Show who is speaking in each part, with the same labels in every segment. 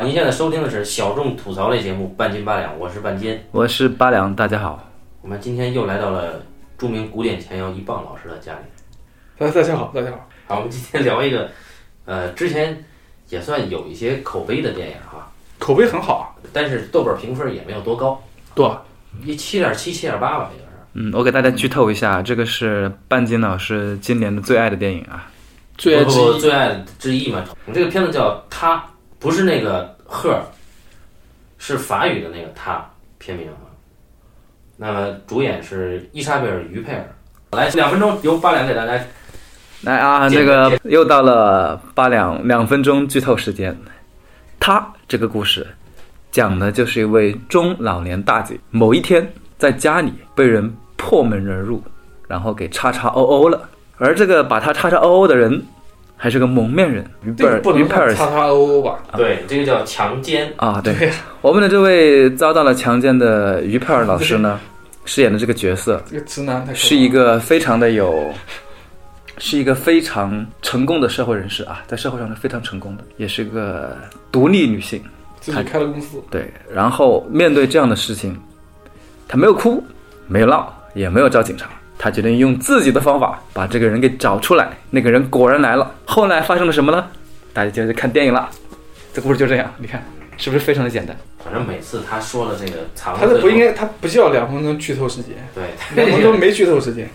Speaker 1: 您现在收听的是小众吐槽类节目《半斤八两》，我是半斤。
Speaker 2: 我是八两，大家好。
Speaker 1: 我们今天又来到了著名古典前摇一棒老师的家里。
Speaker 3: 大大家好，大家好。
Speaker 1: 好，我们今天聊一个，呃，之前也算有一些口碑的电影哈，
Speaker 3: 口碑很好啊，
Speaker 1: 但是豆瓣评分也没有多高，
Speaker 3: 多少？
Speaker 1: 一七点七、七点八吧，也就是。
Speaker 2: 嗯，我给大家剧透一下，这个是半斤老师今年的最爱的电影啊。
Speaker 3: 最爱
Speaker 1: 不
Speaker 3: 之
Speaker 1: 不不
Speaker 3: 一，
Speaker 1: 最爱之一嘛。我们这个片子叫《他》，不是那个“赫”，是法语的那个“他”片名啊。那么主演是伊莎贝尔·于佩尔。来，两分钟由八两给大家。
Speaker 2: 来啊，
Speaker 1: 这
Speaker 2: 那
Speaker 1: 个
Speaker 2: 个又到了八两两分钟剧透时间。他这个故事讲的就是一位中老年大姐，某一天在家里被人破门而入，然后给叉叉 O O 了。而这个把他叉叉 O O 的人还是个蒙面人，于贝
Speaker 3: 这
Speaker 2: 尔
Speaker 3: 个不
Speaker 2: 于
Speaker 3: 能
Speaker 2: 佩
Speaker 3: 叫
Speaker 2: 尔
Speaker 3: 擦擦欧欧吧？
Speaker 1: 对，这个叫强奸。
Speaker 2: 啊，对，
Speaker 3: 对呀
Speaker 2: 我们的这位遭到了强奸的于佩尔老师呢，饰演的这个角色
Speaker 3: 这个直男太可怕了
Speaker 2: 哎是一个非常的有，是一个非常成功的社会人士啊，在社会上是非常成功的，也是个独立女性。
Speaker 3: 自己开了公司，
Speaker 2: 对，然后面对这样的事情，她没有哭，没有闹，也没有找警察，她决定用自己的方法把这个人给找出来。那个人果然来了。后来发生了什么呢？大家就去看电影了。这故事就这样，你看是不是非常的简单？
Speaker 1: 反正每次他说了这个藏了
Speaker 3: 他这不应该，他不叫两分钟剧透时间，
Speaker 1: 对，他
Speaker 3: 两
Speaker 1: 这
Speaker 3: 分
Speaker 1: 个
Speaker 3: 钟没剧透时间，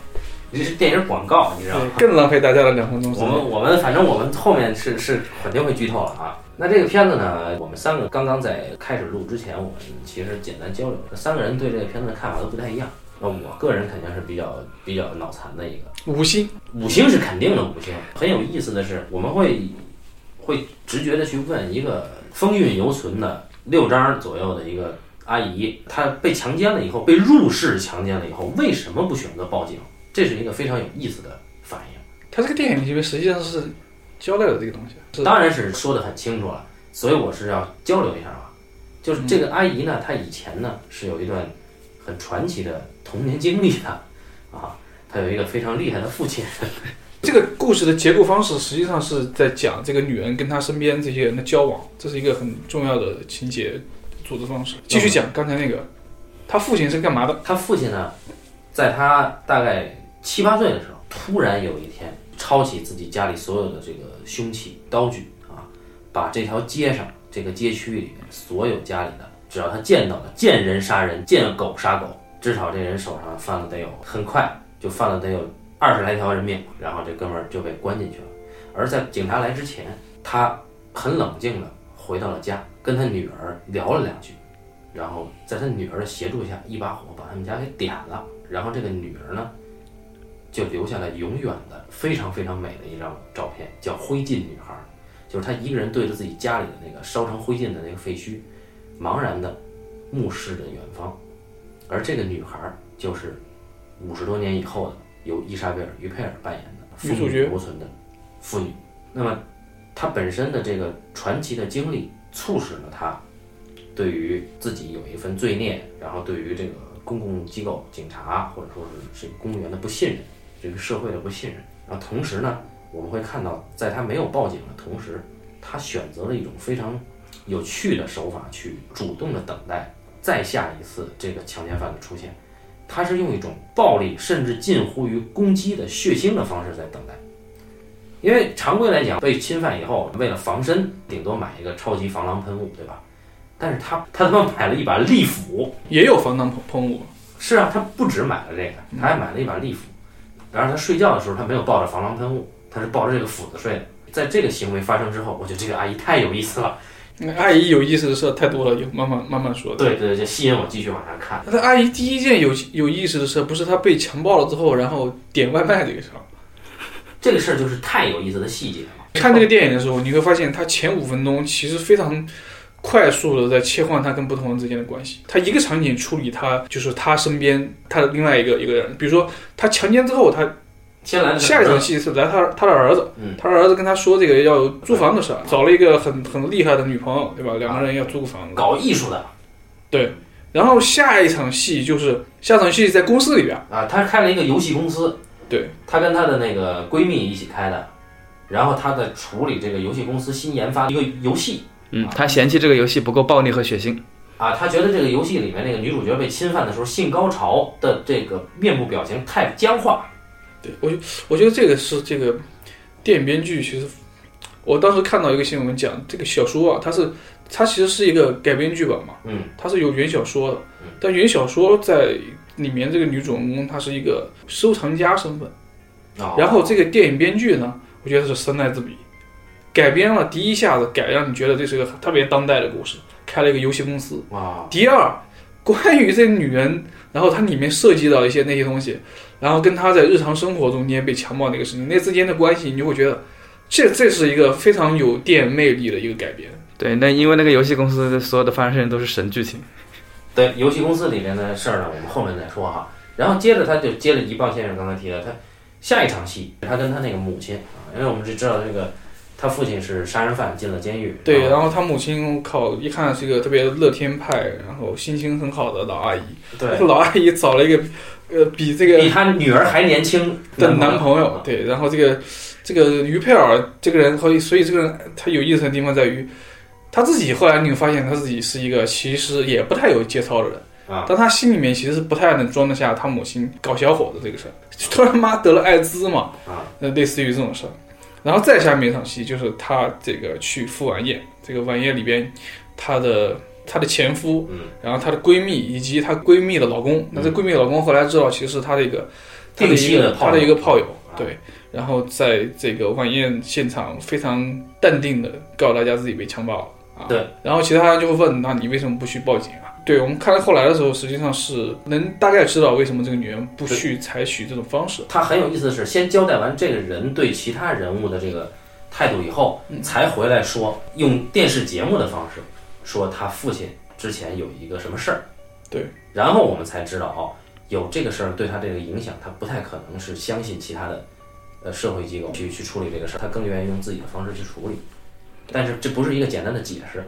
Speaker 1: 这是电影广告，你知道吗
Speaker 3: 对，？更浪费大家的两分钟时
Speaker 1: 啊我们
Speaker 3: 间。
Speaker 1: 我们反正我们后面是是肯定会剧透了啊。那这个片子呢，我们三个刚刚在开始录之前，我们其实简单交流，三个人对这个片子的看法都不太一样。那我个人肯定是比较比较脑残的一个，
Speaker 3: 五星，
Speaker 1: 五星是肯定的五星。很有意思的是，我们会会直觉的去问一个风韵犹存的六张左右的一个阿姨，她被强奸了以后，被入室强奸了以后，为什么不选择报警？这是一个非常有意思的反应。
Speaker 3: 他这个电影里面实际上是交代了这个东西，是
Speaker 1: 当然是说的很清楚了，所以我是要交流一下啊。就是这个阿姨呢，她以前呢是有一段很传奇的童年经历的啊，她有一个非常厉害的父亲，
Speaker 3: 这个故事的结构方式实际上是在讲这个女人跟她身边这些人的交往，这是一个很重要的情节组织方式。继续讲刚才那个，他父亲是干嘛的？
Speaker 1: 她父亲呢，在她大概七八岁的时候，突然有一天抄起自己家里所有的这个凶器、刀具啊，把这条街上、这个街区里面所有家里的，只要他见到的，见人杀人，见狗杀狗，至少这人手上犯了得有，很快就犯了得有二十来条人命，然后这哥们儿就被关进去了。而在警察来之前，他很冷静的回到了家，跟他女儿聊了两句。然后在他女儿的协助下，一把火把他们家给点了。然后这个女儿呢，就留下了永远的非常非常美的一张照片，叫《灰烬女孩》，就是她一个人对着自己家里的那个烧成灰烬的那个废墟，茫然的目视着远方。而这个女孩就是五十多年以后的由伊莎贝尔·于佩尔扮演的
Speaker 3: 女主
Speaker 1: 妇
Speaker 3: 角
Speaker 1: 无存的妇女。那么，她本身的这个传奇的经历，促使了她对于自己有一份罪孽，然后对于这个公共机构、警察或者说是是公务员的不信任，对于社会的不信任。然后同时呢，我们会看到，在他没有报警的同时，他选择了一种非常有趣的手法去主动的等待再下一次这个强奸犯的出现。他是用一种暴力甚至近乎于攻击的血腥的方式在等待。因为常规来讲，被侵犯以后，为了防身，顶多买一个超级防狼喷雾，对吧？但是他他他妈买了一把利斧，
Speaker 3: 也有防弹喷雾，
Speaker 1: 是啊，他不止买了这个，
Speaker 3: 嗯
Speaker 1: 他还买了一把利斧。然后他睡觉的时候，他没有抱着防狼喷雾，他是抱着这个斧子睡的。在这个行为发生之后，我觉得这个阿姨太有意思了，
Speaker 3: 那阿姨有意思的事太多了，有慢慢慢慢说。，
Speaker 1: 对对对，就吸引我继续往下看。
Speaker 3: 那阿姨第一件有有意思的事，不是她被强暴了之后，然后点外卖这个事儿。
Speaker 1: 这个事儿就是太有意思的细节了。
Speaker 3: 看这个电影的时候，你会发现它前五分钟其实非常快速的在切换她跟不同人之间的关系。她一个场景处理她就是她身边她的另外一个一个人，比如说她强奸之后，她
Speaker 1: 先来的
Speaker 3: 下一场戏是来她她的儿子
Speaker 1: 嗯，
Speaker 3: 她的儿子跟她说这个要租房的事儿，找了一个很很厉害的女朋友，对吧？两个人要租个房子。
Speaker 1: 搞艺术的
Speaker 3: 然后下一场戏就是下场戏在公司里边，
Speaker 1: 啊，她开了一个游戏公司，
Speaker 3: 对，
Speaker 1: 她跟她的那个闺蜜一起开的，然后她在处理这个游戏公司新研发一个游戏，
Speaker 2: 嗯，他嫌弃这个游戏不够暴力和血腥。
Speaker 1: 啊，他觉得这个游戏里面那个女主角被侵犯的时候，性高潮的这个面部表情太僵化。
Speaker 3: 对我觉我觉得这个是这个电影编剧其实，我当时看到一个新闻讲，这个小说啊，它是它其实是一个改编剧本嘛，
Speaker 1: 嗯，
Speaker 3: 它是有原小说的，但原小说在里面这个女主人公她是一个收藏家身份，
Speaker 1: 啊，
Speaker 3: 然后这个电影编剧呢，我觉得是神来之笔，改编了第一下子改让你觉得这是个特别当代的故事，开了一个游戏公司，
Speaker 1: 啊，
Speaker 3: 第二，关于这女人，然后它里面涉及到一些那些东西，然后跟她在日常生活中间被强暴那个事情，那之间的关系，你就会觉得这这是一个非常有电影魅力的一个改编。
Speaker 2: 对，那因为那个游戏公司的所有的发生事情都是神剧情。
Speaker 1: 对游戏公司里面的事儿呢，我们后面再说哈。然后接着他就接着一棒先生刚才提的，他下一场戏，他跟他那个母亲啊，因为我们只知道这个他父亲是杀人犯，进了监狱。啊
Speaker 3: 对，
Speaker 1: 然后
Speaker 3: 然后她母亲，我靠，一看是一个特别乐天派，然后心情很好的老阿姨。
Speaker 1: 对，
Speaker 3: 老阿姨找了一个，呃，比这
Speaker 1: 比
Speaker 3: 个
Speaker 1: 他女儿还年轻
Speaker 3: 的
Speaker 1: 男
Speaker 3: 男朋友
Speaker 1: 啊。
Speaker 3: 对，然后这个这个于佩尔这个人，所以所以这个人他有意思的地方在于，他自己后来你会发现他自己是一个其实也不太有节操的人，
Speaker 1: 啊，
Speaker 3: 但他心里面其实是不太能装得下他母亲搞小伙子这个事儿，突然妈得了艾滋嘛，
Speaker 1: 啊，
Speaker 3: 那类似于这种事儿。然后再下面一场戏就是他这个去赴晚宴，这个晚宴里边，他的他的前夫，
Speaker 1: 嗯
Speaker 3: 然后她的闺蜜以及她闺蜜的老公，那这闺蜜的老公后来知道其实是她的一个她
Speaker 1: 定
Speaker 3: 的一
Speaker 1: 期
Speaker 3: 个
Speaker 1: 的
Speaker 3: 她
Speaker 1: 炮友
Speaker 3: 的一个炮友
Speaker 1: 啊，
Speaker 3: 对。然后在这个晚宴现场非常淡定的告诉大家自己被强暴了啊，
Speaker 1: 对。
Speaker 3: 然后其他人就会问，那你为什么不去报警啊？对我们看到后来的时候，实际上是能大概知道为什么这个女人不
Speaker 1: 对
Speaker 3: 去采取这种方式。
Speaker 1: 他很有意思的是，先交代完这个人对其他人物的这个态度以后，嗯才回来说用电视节目的方式说他父亲之前有一个什么事儿。
Speaker 3: 对，
Speaker 1: 然后我们才知道哦，有这个事儿对他这个影响，他不太可能是相信其他的呃社会机构去去处理这个事儿，他更愿意用自己的方式去处理。但是这不是一个简单的解释，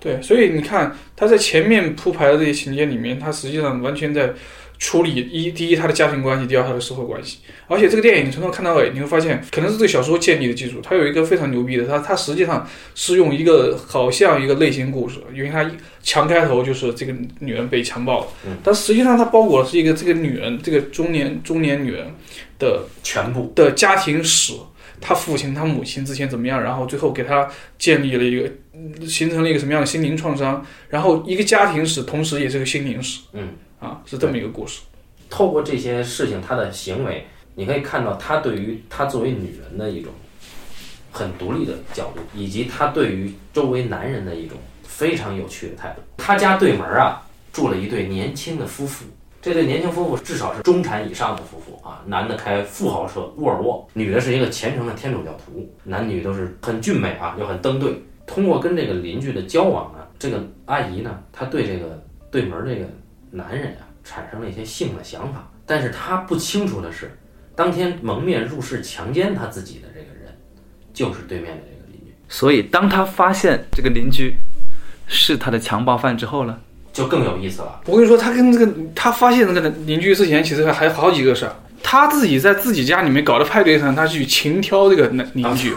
Speaker 3: 对，所以你看他在前面铺排的这些情节里面，他实际上完全在处理一第一他的家庭关系，第二他的社会关系。而且这个电影从头看到尾，你会发现可能是对小说建立的基础，它有一个非常牛逼的，它它实际上是用一个好像一个类型故事，因为它一强开头就是这个女人被强暴了，
Speaker 1: 嗯
Speaker 3: 但实际上它包裹的是一个这个女人这个中年中年女人的
Speaker 1: 全部
Speaker 3: 的家庭史，他父亲、他母亲之前怎么样，然后最后给他建立了一个，嗯形成了一个什么样的心灵创伤，然后一个家庭史，同时也是个心灵史，
Speaker 1: 嗯，
Speaker 3: 啊，是这么一个故事，
Speaker 1: 透过这些事情，他的行为，你可以看到他对于他作为女人的一种很独立的角度，以及他对于周围男人的一种非常有趣的态度。他家对门啊住了一对年轻的夫妇，这对年轻夫妇至少是中产以上的夫妇啊，男的开富豪车沃尔沃，女的是一个虔诚的天主教徒，男女都是很俊美啊，又很登对。通过跟这个邻居的交往呢，这个阿姨呢，她对这个对门这个男人啊产生了一些性的想法，但是他不清楚的是，当天蒙面入室强奸他自己的这个人，就是对面的这个邻居，
Speaker 2: 所以当他发现这个邻居是他的强暴犯之后呢，
Speaker 1: 就更有意思了。
Speaker 3: 我跟你说，他跟这个他发现那个邻居之前，其实还还有好几个事儿。他自己在自己家里面搞的派对上，他去情挑这个男邻居，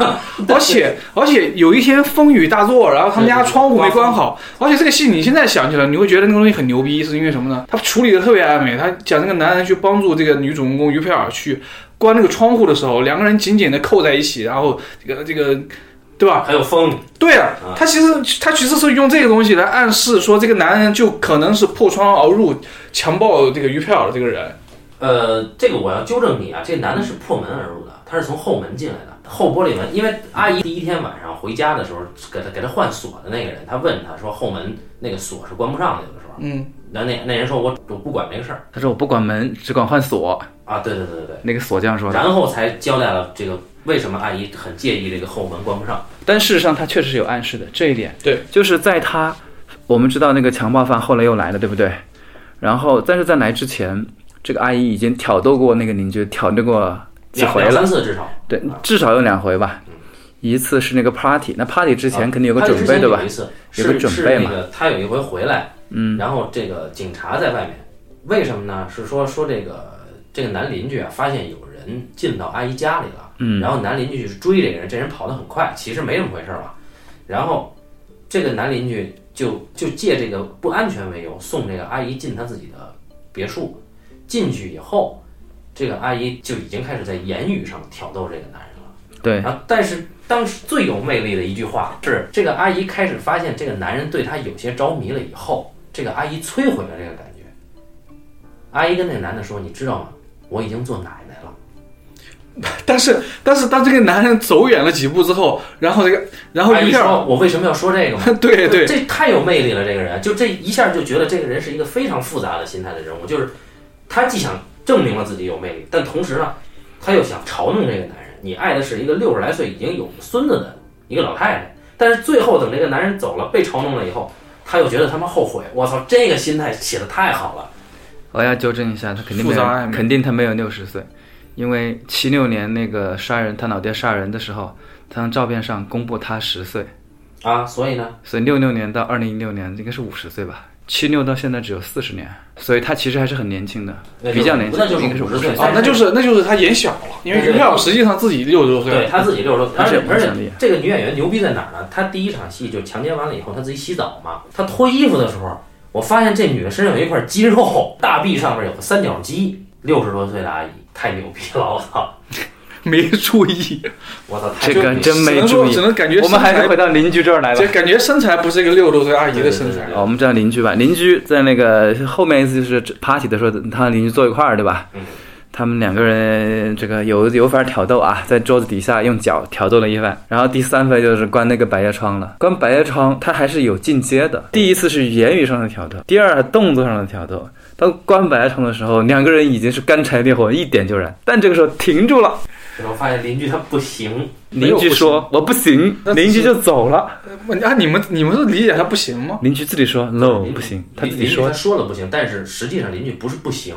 Speaker 3: 而且而且有一天风雨大作，然后他们家
Speaker 1: 对对对
Speaker 3: 窗户没关好，而且这个戏你现在想起来，你会觉得那个东西很牛逼，是因为什么呢？他处理的特别暧昧，他讲那个男人去帮助这个女主人公于佩尔去关那个窗户的时候，两个人紧紧的扣在一起，然后这个这个，对吧？
Speaker 1: 还有风，
Speaker 3: 对啊，他其实他其实是用这个东西来暗示说，这个男人就可能是破窗而入强暴这个于佩尔的这个人。
Speaker 1: 呃，这个我要纠正你啊，这男的是破门而入的，他是从后门进来的，后玻璃门。因为阿姨第一天晚上回家的时候，给他给他换锁的那个人，他问他说后门那个锁是关不上的，有的时候，
Speaker 3: 嗯，
Speaker 1: 那那那人说我我不管这个事儿
Speaker 2: 他说我不管门，只管换锁。
Speaker 1: 啊，对对对对对。
Speaker 2: 那个锁匠说的，
Speaker 1: 然后才交代了这个为什么阿姨很介意这个后门关不上。
Speaker 2: 但事实上他确实是有暗示的这一点。
Speaker 3: 对，
Speaker 2: 就是在他，我们知道那个强暴犯后来又来了，对不对？然后，但是在来之前，这个阿姨已经挑逗过那个邻居，挑逗过几
Speaker 1: 两
Speaker 2: 回
Speaker 1: 两
Speaker 2: 了，
Speaker 1: 三次至少。
Speaker 2: 对，至少有两回吧。一次是那个 party，那 party 之前肯定有个
Speaker 1: 啊他
Speaker 2: 准
Speaker 1: 之
Speaker 2: 备，
Speaker 1: 前
Speaker 2: 对吧
Speaker 1: 有一？次
Speaker 2: 有个
Speaker 1: 是
Speaker 2: 准
Speaker 1: 是
Speaker 2: 备
Speaker 1: 那
Speaker 2: 嘛
Speaker 1: 个他有一回回来，嗯，然后这个警察在外面，为什么呢？是说说这个这个男邻居啊，发现有人进到阿姨家里了，嗯，然后男邻居去追这个人，这人跑得很快，其实没什么回事儿吧。然后这个男邻居就就借这个不安全为由送这个阿姨进他自己的别墅，进去以后，这个阿姨就已经开始在言语上挑逗这个男人了。
Speaker 2: 对，
Speaker 1: 然后，啊但是当时最有魅力的一句话是，这个阿姨开始发现这个男人对她有些着迷了以后，这个阿姨摧毁了这个感觉。阿姨跟那男的说：“你知道吗？我已经做奶奶了。
Speaker 3: 但是但是当这个男人走远了几步之后，然后这个”然后
Speaker 1: 阿
Speaker 3: 哦一
Speaker 1: 姨
Speaker 3: 下，
Speaker 2: 哎
Speaker 1: 说：“我为什么要说这个吗？”
Speaker 3: 对对，
Speaker 1: 这太有魅力了，这个人就这一下就觉得这个人是一个非常复杂的心态的人物，就是他既想证明了自己有魅力，但同时呢，他又想嘲弄这个男人。你爱的是一个六十来岁已经有孙子的一个老太太，但是最后等这个男人走了，被嘲弄了以后，他又觉得他妈后悔。我操，这个心态写的太好了。
Speaker 2: 我要纠正一下，他肯定没
Speaker 3: 复杂暧
Speaker 2: 有，
Speaker 3: 昧
Speaker 2: 肯定他没有六十岁，因为七六年那个杀人，他老爹杀人的时候，他从照片上公布他十岁，
Speaker 1: 啊，所以呢，
Speaker 2: 所以六六年到二零一六年应该是五十岁吧，七六到现在只有四十年，所以他其实还是很年轻的，
Speaker 1: 那就
Speaker 2: 比较年轻，
Speaker 1: 那就是
Speaker 2: 应该是
Speaker 1: 50
Speaker 2: 50
Speaker 1: 岁
Speaker 3: 啊，那
Speaker 2: 哎
Speaker 3: 就是那就是他演小了，因为
Speaker 1: 对对
Speaker 3: 袁耀实际上自己六十多岁
Speaker 1: 对
Speaker 3: 了，
Speaker 1: 他自己六十多，而
Speaker 2: 而且
Speaker 1: 且而
Speaker 2: 影响力
Speaker 1: 且这个女演员牛逼在哪儿呢？她第一场戏就强奸完了以后，她自己洗澡嘛，她脱衣服的时候，我发现这女的身上有一块肌肉，大臂上面有个三角肌。六十多岁的阿姨太牛逼了，我操！
Speaker 3: 没注意，
Speaker 1: 我操，太牛
Speaker 2: 这
Speaker 1: 逼
Speaker 2: 个
Speaker 1: 了
Speaker 2: 真
Speaker 3: 只
Speaker 2: 没
Speaker 3: 能
Speaker 2: 注
Speaker 3: 说
Speaker 2: 意
Speaker 3: 只。能感觉
Speaker 2: 我们还是
Speaker 3: 身材
Speaker 2: 回到邻居这儿来吧
Speaker 3: 就。感觉身材不是一个六十多岁阿姨的身材
Speaker 1: 对对对对，
Speaker 2: 哦，我们叫邻居吧。邻居在那个后面意思就是 party 的时候，他邻居坐一块儿，对吧？
Speaker 1: 嗯
Speaker 2: 他们两个人这个有有法挑逗啊，在桌子底下用脚挑逗了一番。然后第三番就是关那个百叶窗了。关百叶窗，它还是有进阶的。第一次是言语上的挑逗，第二动作上的挑逗。到关百叶窗的时候，两个人已经是干柴烈火，一点就燃。但这个时候停住了，
Speaker 1: 然后发现邻居他不 行，
Speaker 3: 没有
Speaker 2: 邻居
Speaker 3: 不行
Speaker 2: 说：“我不行。”
Speaker 3: 那只
Speaker 2: 邻居
Speaker 3: 是
Speaker 2: 就走了。
Speaker 3: 呃啊，你们你们是理解他不行吗？
Speaker 2: 邻居自己说：“no，不行。”他
Speaker 1: 邻
Speaker 2: 自
Speaker 1: 邻
Speaker 2: 己
Speaker 1: 居
Speaker 2: 说
Speaker 1: 他说了不行，但是实际上邻居不是不行，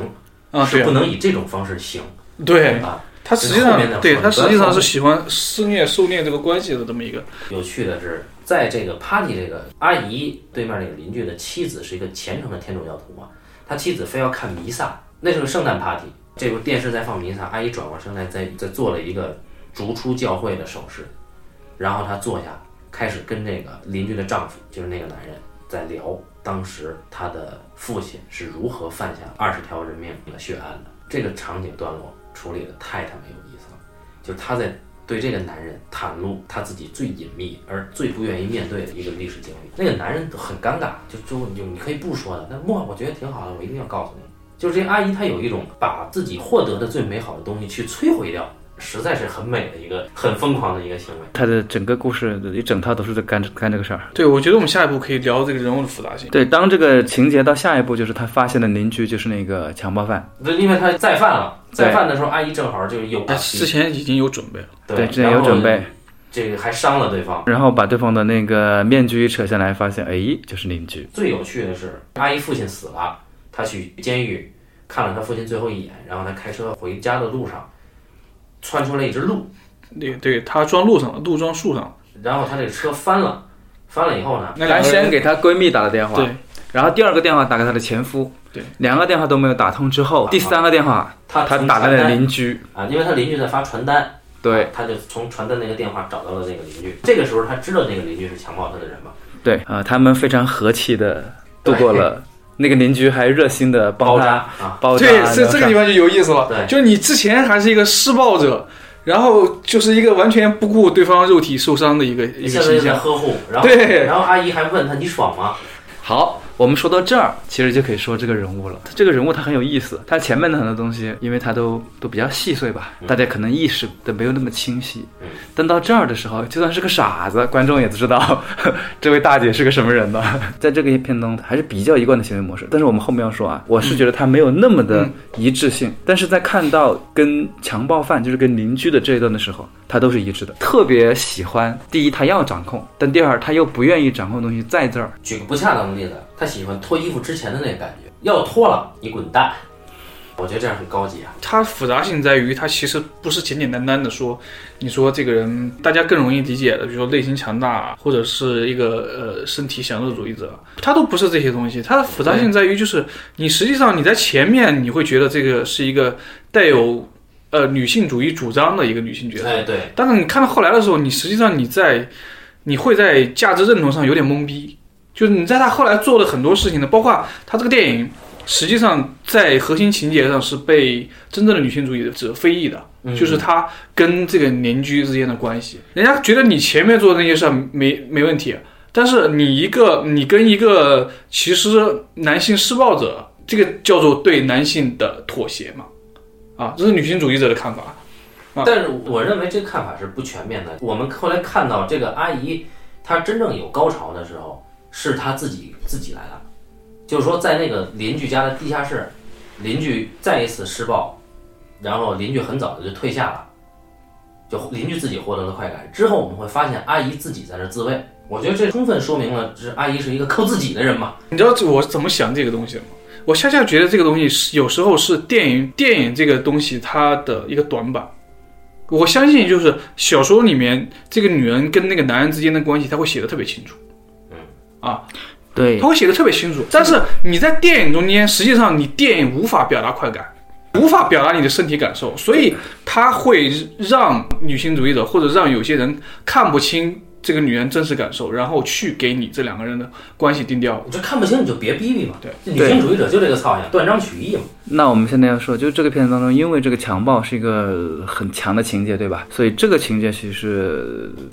Speaker 3: 啊，
Speaker 1: 是
Speaker 3: 对
Speaker 1: 不
Speaker 3: 啊，
Speaker 1: 能以这种方式行
Speaker 3: 对
Speaker 1: 啊。
Speaker 3: 他实际
Speaker 1: 后面再
Speaker 3: 上
Speaker 1: 说
Speaker 3: 对他实际上
Speaker 1: 不要
Speaker 3: 是喜欢施虐受虐这个关系的这么一个，
Speaker 1: 有趣的是，在这个 party 这个阿姨对面那个邻居的妻子是一个虔诚的天主教徒嘛，他妻子非要看弥撒，那是个圣诞 party，这个电视在放弥撒，阿姨转过身来在在做了一个逐出教会的手势，然后她坐下开始跟那个邻居的丈夫，就是那个男人在聊当时他的父亲是如何犯下二十条人命的血案的，这个场景段落处理的太他妈有意思了，就是他在对这个男人袒露他自己最隐秘而最不愿意面对的一个历史经历。那个男人很尴尬，就就就你可以不说的，但莫我觉得挺好的，我一定要告诉你。就是这阿姨她有一种把自己获得的最美好的东西去摧毁掉，实在是很美的一个很疯狂的一个行为。
Speaker 2: 他的整个故事一整套都是在干干这个事儿。
Speaker 3: 对我觉得我们下一步可以聊这个人物的复杂性。
Speaker 2: 对，当这个情节到下一步，就是他发现了邻居就是那个强暴犯，
Speaker 1: 那因为她再犯了，
Speaker 2: 对啊
Speaker 1: 再犯的时候阿姨正好就有
Speaker 3: 他啊之前已经有准备了，
Speaker 2: 对，之前有准，
Speaker 1: 然
Speaker 2: 备
Speaker 1: 后，这个还伤了对方。
Speaker 2: 然后把对方的那个面具一扯下来，发现哎，就是邻居。
Speaker 1: 最有趣的是，阿姨父亲死了，她去监狱看了她父亲最后一眼，然后她开车回家的路上，窜出来一只鹿，
Speaker 3: 对对，他装路上了，路装树上了，
Speaker 1: 然后她这个车翻了，翻了以后呢，
Speaker 3: 那两个人
Speaker 2: 给她闺蜜打了电
Speaker 3: 对，
Speaker 2: 然后第二个电话打给她的前夫，
Speaker 3: 对，
Speaker 2: 两个电话都没有打通之后，第三个电话
Speaker 1: 她
Speaker 2: 她
Speaker 1: 从
Speaker 2: 打给
Speaker 1: 传
Speaker 2: 了
Speaker 1: 单
Speaker 2: 邻居，
Speaker 1: 啊，因为她邻居在发传单，
Speaker 2: 对
Speaker 1: 她就从传单那个电话找到了那个邻居。这个时候她知道那个邻居是强暴她的人嘛，
Speaker 2: 对，啊、他们非常和气的度过
Speaker 1: 对
Speaker 2: 了，那个邻居还热心的帮
Speaker 1: 包扎
Speaker 2: 她
Speaker 1: 啊，
Speaker 2: 包扎，
Speaker 3: 对，这这个地方就有意思了
Speaker 1: 对。
Speaker 3: 就是你之前还是一个施暴者，然后就是一个完全不顾对方肉体受伤的一个一
Speaker 1: 现
Speaker 3: 个
Speaker 1: 在就
Speaker 3: 形
Speaker 1: 在
Speaker 3: 象。
Speaker 1: 呵护，然后
Speaker 3: 对
Speaker 1: 然后阿姨还问她你爽吗？
Speaker 2: 好，我们说到这儿，其实就可以说这个人物了。这个人物他很有意思，他前面的很多东西，因为他都都比较细碎吧，大家可能意识的没有那么清晰
Speaker 1: 嗯。
Speaker 2: 但到这儿的时候，就算是个傻子，观众也知道 呵呵这位大姐是个什么人了。 在这个片中还是比较一贯的行为模式，但是我们后面要说啊，我是觉得他没有那么的
Speaker 3: 嗯
Speaker 2: 一致性，但是在看到跟强暴犯就是跟邻居的这一段的时候，他都是一致的，特别喜欢。第一，他要掌控，但第二，他又不愿意掌控的东西在这儿。
Speaker 1: 举个不恰当的例子，她喜欢脱衣服之前的那个感觉，要脱了你滚蛋，我觉得这样很高级啊。
Speaker 3: 它复杂性在于，它其实不是简简单单的说，你说这个人大家更容易理解的，比如说内心强大，或者是一个呃身体享受主义者，它都不是这些东西。它的复杂性在于，就是你实际上你在前面你会觉得这个是一个带有呃女性主义主张的一个女性角色，
Speaker 1: 哎，对，
Speaker 3: 但是你看到后来的时候，你实际上你在你会在价值认同上有点懵逼。就是你在他后来做的很多事情呢，包括他这个电影，实际上在核心情节上是被真正的女性主义者非议的，
Speaker 1: 嗯
Speaker 3: 就是他跟这个邻居之间的关系。人家觉得你前面做的那些事儿没没问题，但是你一个你跟一个其实男性施暴者，这个叫做对男性的妥协嘛，啊，这是女性主义者的看法。
Speaker 1: 但是我认为这个看法是不全面的。我们后来看到这个阿姨，她真正有高潮的时候，是她自己自己来的，就是说在那个邻居家的地下室，邻居再一次施暴，然后邻居很早的就退下了，就邻居自己获得了快感。之后我们会发现阿姨自己在这自慰，我觉得这充分说明了，这阿姨是一个靠自己的人嘛。
Speaker 3: 你知道我怎么想这个东西吗？我恰恰觉得这个东西是有时候是电影电影这个东西它的一个短板。我相信就是小说里面这个女人跟那个男人之间的关系，他会写的特别清楚，
Speaker 4: 对
Speaker 3: 他，会写的特别清楚。但是你在电影中间，实际上你电影无法表达快感，无法表达你的身体感受，所以它会让女性主义者或者让有些人看不清这个女人真实感受，然后去给你这两个人的关系定调。
Speaker 1: 你这看不清你就别逼逼嘛。
Speaker 3: 对，
Speaker 1: 女性主义者就这个操性，断章取义嘛。
Speaker 2: 那我们现在要说，就是这个片子当中，因为这个强暴是一个很强的情节，对吧？所以这个情节其实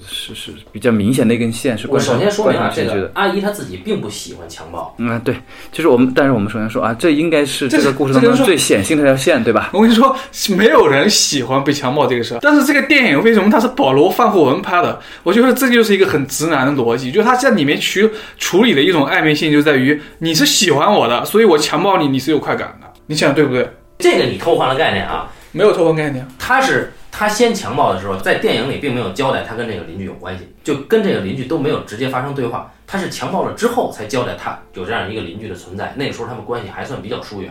Speaker 2: 是是是比较明显的一根线，是
Speaker 1: 我
Speaker 2: 贯
Speaker 1: 首
Speaker 2: 穿
Speaker 1: 先说
Speaker 2: 贯
Speaker 1: 明啊
Speaker 2: 穿，
Speaker 1: 这
Speaker 2: 全剧的
Speaker 1: 个。阿姨她自己并不喜欢强暴，
Speaker 2: 嗯，对，就是我们，但是我们首先说啊，这应该是
Speaker 3: 这
Speaker 2: 这
Speaker 3: 是
Speaker 2: 个故事当
Speaker 3: 这个
Speaker 2: 中
Speaker 3: 是
Speaker 2: 最显性的一条线，对吧？
Speaker 3: 我跟你说，没有人喜欢被强暴这个事儿。但是这个电影为什么它是保罗·范霍文拍的？我觉得这就是一个很直男的逻辑，就是他在里面去处理的一种暧昧性，就在于你是喜欢我的，所以我强暴你，你是有快感的。你想对不对？
Speaker 1: 这个你偷换了概念啊。
Speaker 3: 没有偷换概念，
Speaker 1: 他是他先强暴的时候，在电影里并没有交代他跟这个邻居有关系，就跟这个邻居都没有直接发生对话。他是强暴了之后才交代他有这样一个邻居的存在，那个时候他们关系还算比较疏远。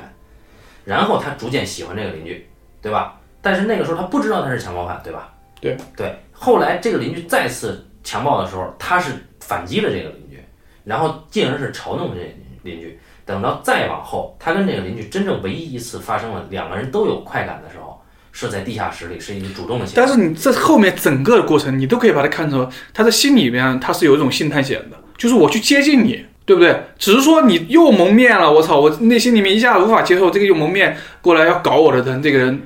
Speaker 1: 然后他逐渐喜欢这个邻居，对吧？但是那个时候他不知道他是强暴犯，对吧？
Speaker 3: 对
Speaker 1: 对。后来这个邻居再次强暴的时候，他是反击了这个邻居，然后进而是嘲弄这个邻居。等到再往后，他跟这个邻居真正唯一一次发生了两个人都有快感的时候，是在地下室里，是一个主动的行为。
Speaker 3: 但是你这后面整个的过程，你都可以把它看成他在心里边他是有一种性探险的，就是我去接近你，对不对？只是说你又蒙面了，我操，我内心里面一下子无法接受这个又蒙面过来要搞我的人，这个人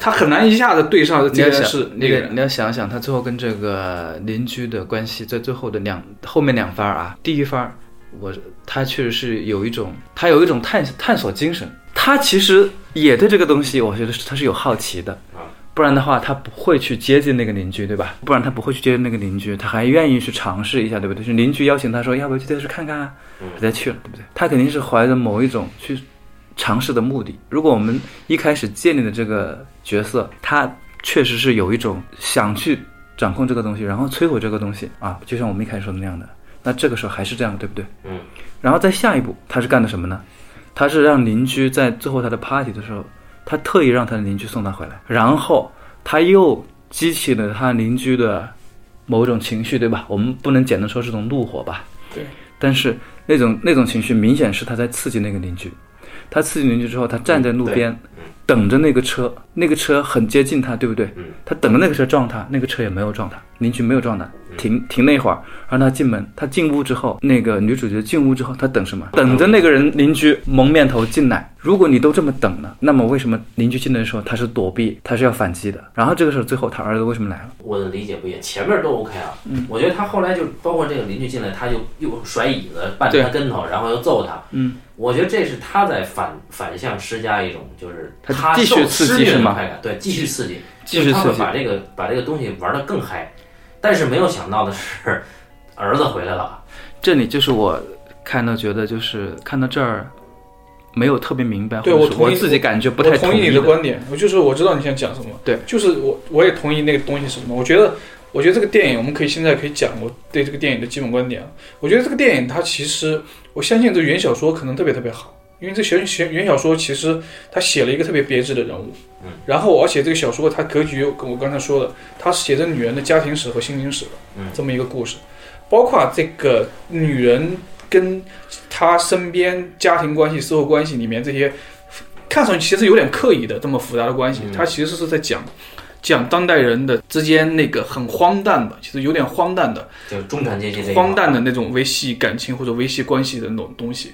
Speaker 3: 他很难一下子对上这个人是
Speaker 4: 那
Speaker 3: 那个
Speaker 4: 个
Speaker 3: 人。
Speaker 4: 你要想想，他最后跟这个邻居的关系，在最后的两后面两番儿啊，第一番儿我他确实是有一种，他有一种探探索精神，
Speaker 2: 他其实也对这个东西，我觉得是他是有好奇的
Speaker 1: 啊，
Speaker 2: 不然的话他不会去接近那个邻居，对吧？不然他不会去接近那个邻居，他还愿意去尝试一下，对不对？就是邻居邀请他说，要不要去电视看看啊？
Speaker 3: 嗯
Speaker 2: 他才去了，对不对？他肯定是怀着某一种去尝试的目的。如果我们一开始建立的这个角色，他确实是有一种想去掌控这个东西，然后摧毁这个东西啊，就像我们一开始说的那样的，那这个时候还是这样，对不对？
Speaker 1: 嗯。
Speaker 2: 然后在下一步，他是干的什么呢？他是让邻居在最后他的 party 的时候，他特意让他的邻居送他回来，然后他又激起了他邻居的某种情绪，对吧？我们不能简单说是种怒火吧？
Speaker 3: 对。
Speaker 2: 但是那种那种情绪明显是他在刺激那个邻居，他刺激邻居之后，他站在路边、等着那个车，那个车很接近他，对不对？
Speaker 1: 嗯
Speaker 2: 他等着那个车撞他，那个车也没有撞他，邻居没有撞他，停停那会儿，让他进门。他进屋之后，那个女主角进屋之后，她等什么？等着那个人邻居蒙面头进来。如果你都这么等了，那么为什么邻居进来的时候他是躲避，他是要反击的？然后这个时候最后他儿子为什么来了？
Speaker 1: 我的理解不一样，前面都 OK 啊。
Speaker 2: 嗯
Speaker 1: 我觉得他后来就包括这个邻居进来，他就又甩椅子绊着他跟头，然后又揍他。嗯，我觉得这是他在反反向施加一种就是
Speaker 2: 他
Speaker 1: 他
Speaker 2: 继续
Speaker 1: 受
Speaker 2: 刺
Speaker 1: 施
Speaker 2: 激
Speaker 1: 虐
Speaker 2: 是
Speaker 1: 的
Speaker 2: 吗
Speaker 1: 快感，对，继续刺激，
Speaker 2: 继
Speaker 1: 就
Speaker 2: 续
Speaker 1: 是他
Speaker 2: 刺
Speaker 1: 会
Speaker 2: 激
Speaker 1: 把这个把这个东西玩得更嗨。但是没有想到的是，儿子回来了。
Speaker 2: 这里就是我看到觉得就是看到这儿。没有特别明白，
Speaker 3: 对
Speaker 2: 或者
Speaker 3: 我
Speaker 2: 是
Speaker 3: 同意
Speaker 2: 我自己感觉不
Speaker 3: 我
Speaker 2: 太
Speaker 3: 同意你
Speaker 2: 意
Speaker 3: 的观点，我就是我知道你想讲什么。
Speaker 2: 对，
Speaker 3: 就是我我也同意那个东西是什么。我觉得，我觉得这个电影我们可以现在可以讲我对这个电影的基本观点啊。我觉得这个电影它其实，我相信这原小说可能特别特别好，因为这小小原小说其实他写了一个特别别致的人物，
Speaker 1: 嗯，
Speaker 3: 然后而且这个小说它格局又跟我刚才说的，它写着女人的家庭史和心灵史，
Speaker 1: 嗯
Speaker 3: 这么一个故事，包括这个女人跟她身边家庭关系、社会关系里面这些看上去其实有点刻意的这么复杂的关系
Speaker 1: 嗯，
Speaker 3: 它其实是在讲讲当代人的之间那个很荒诞的，其实有点荒诞的、
Speaker 1: 就是中产阶级这一块
Speaker 3: 荒诞的那种维系感情或者维系关系的那种东西。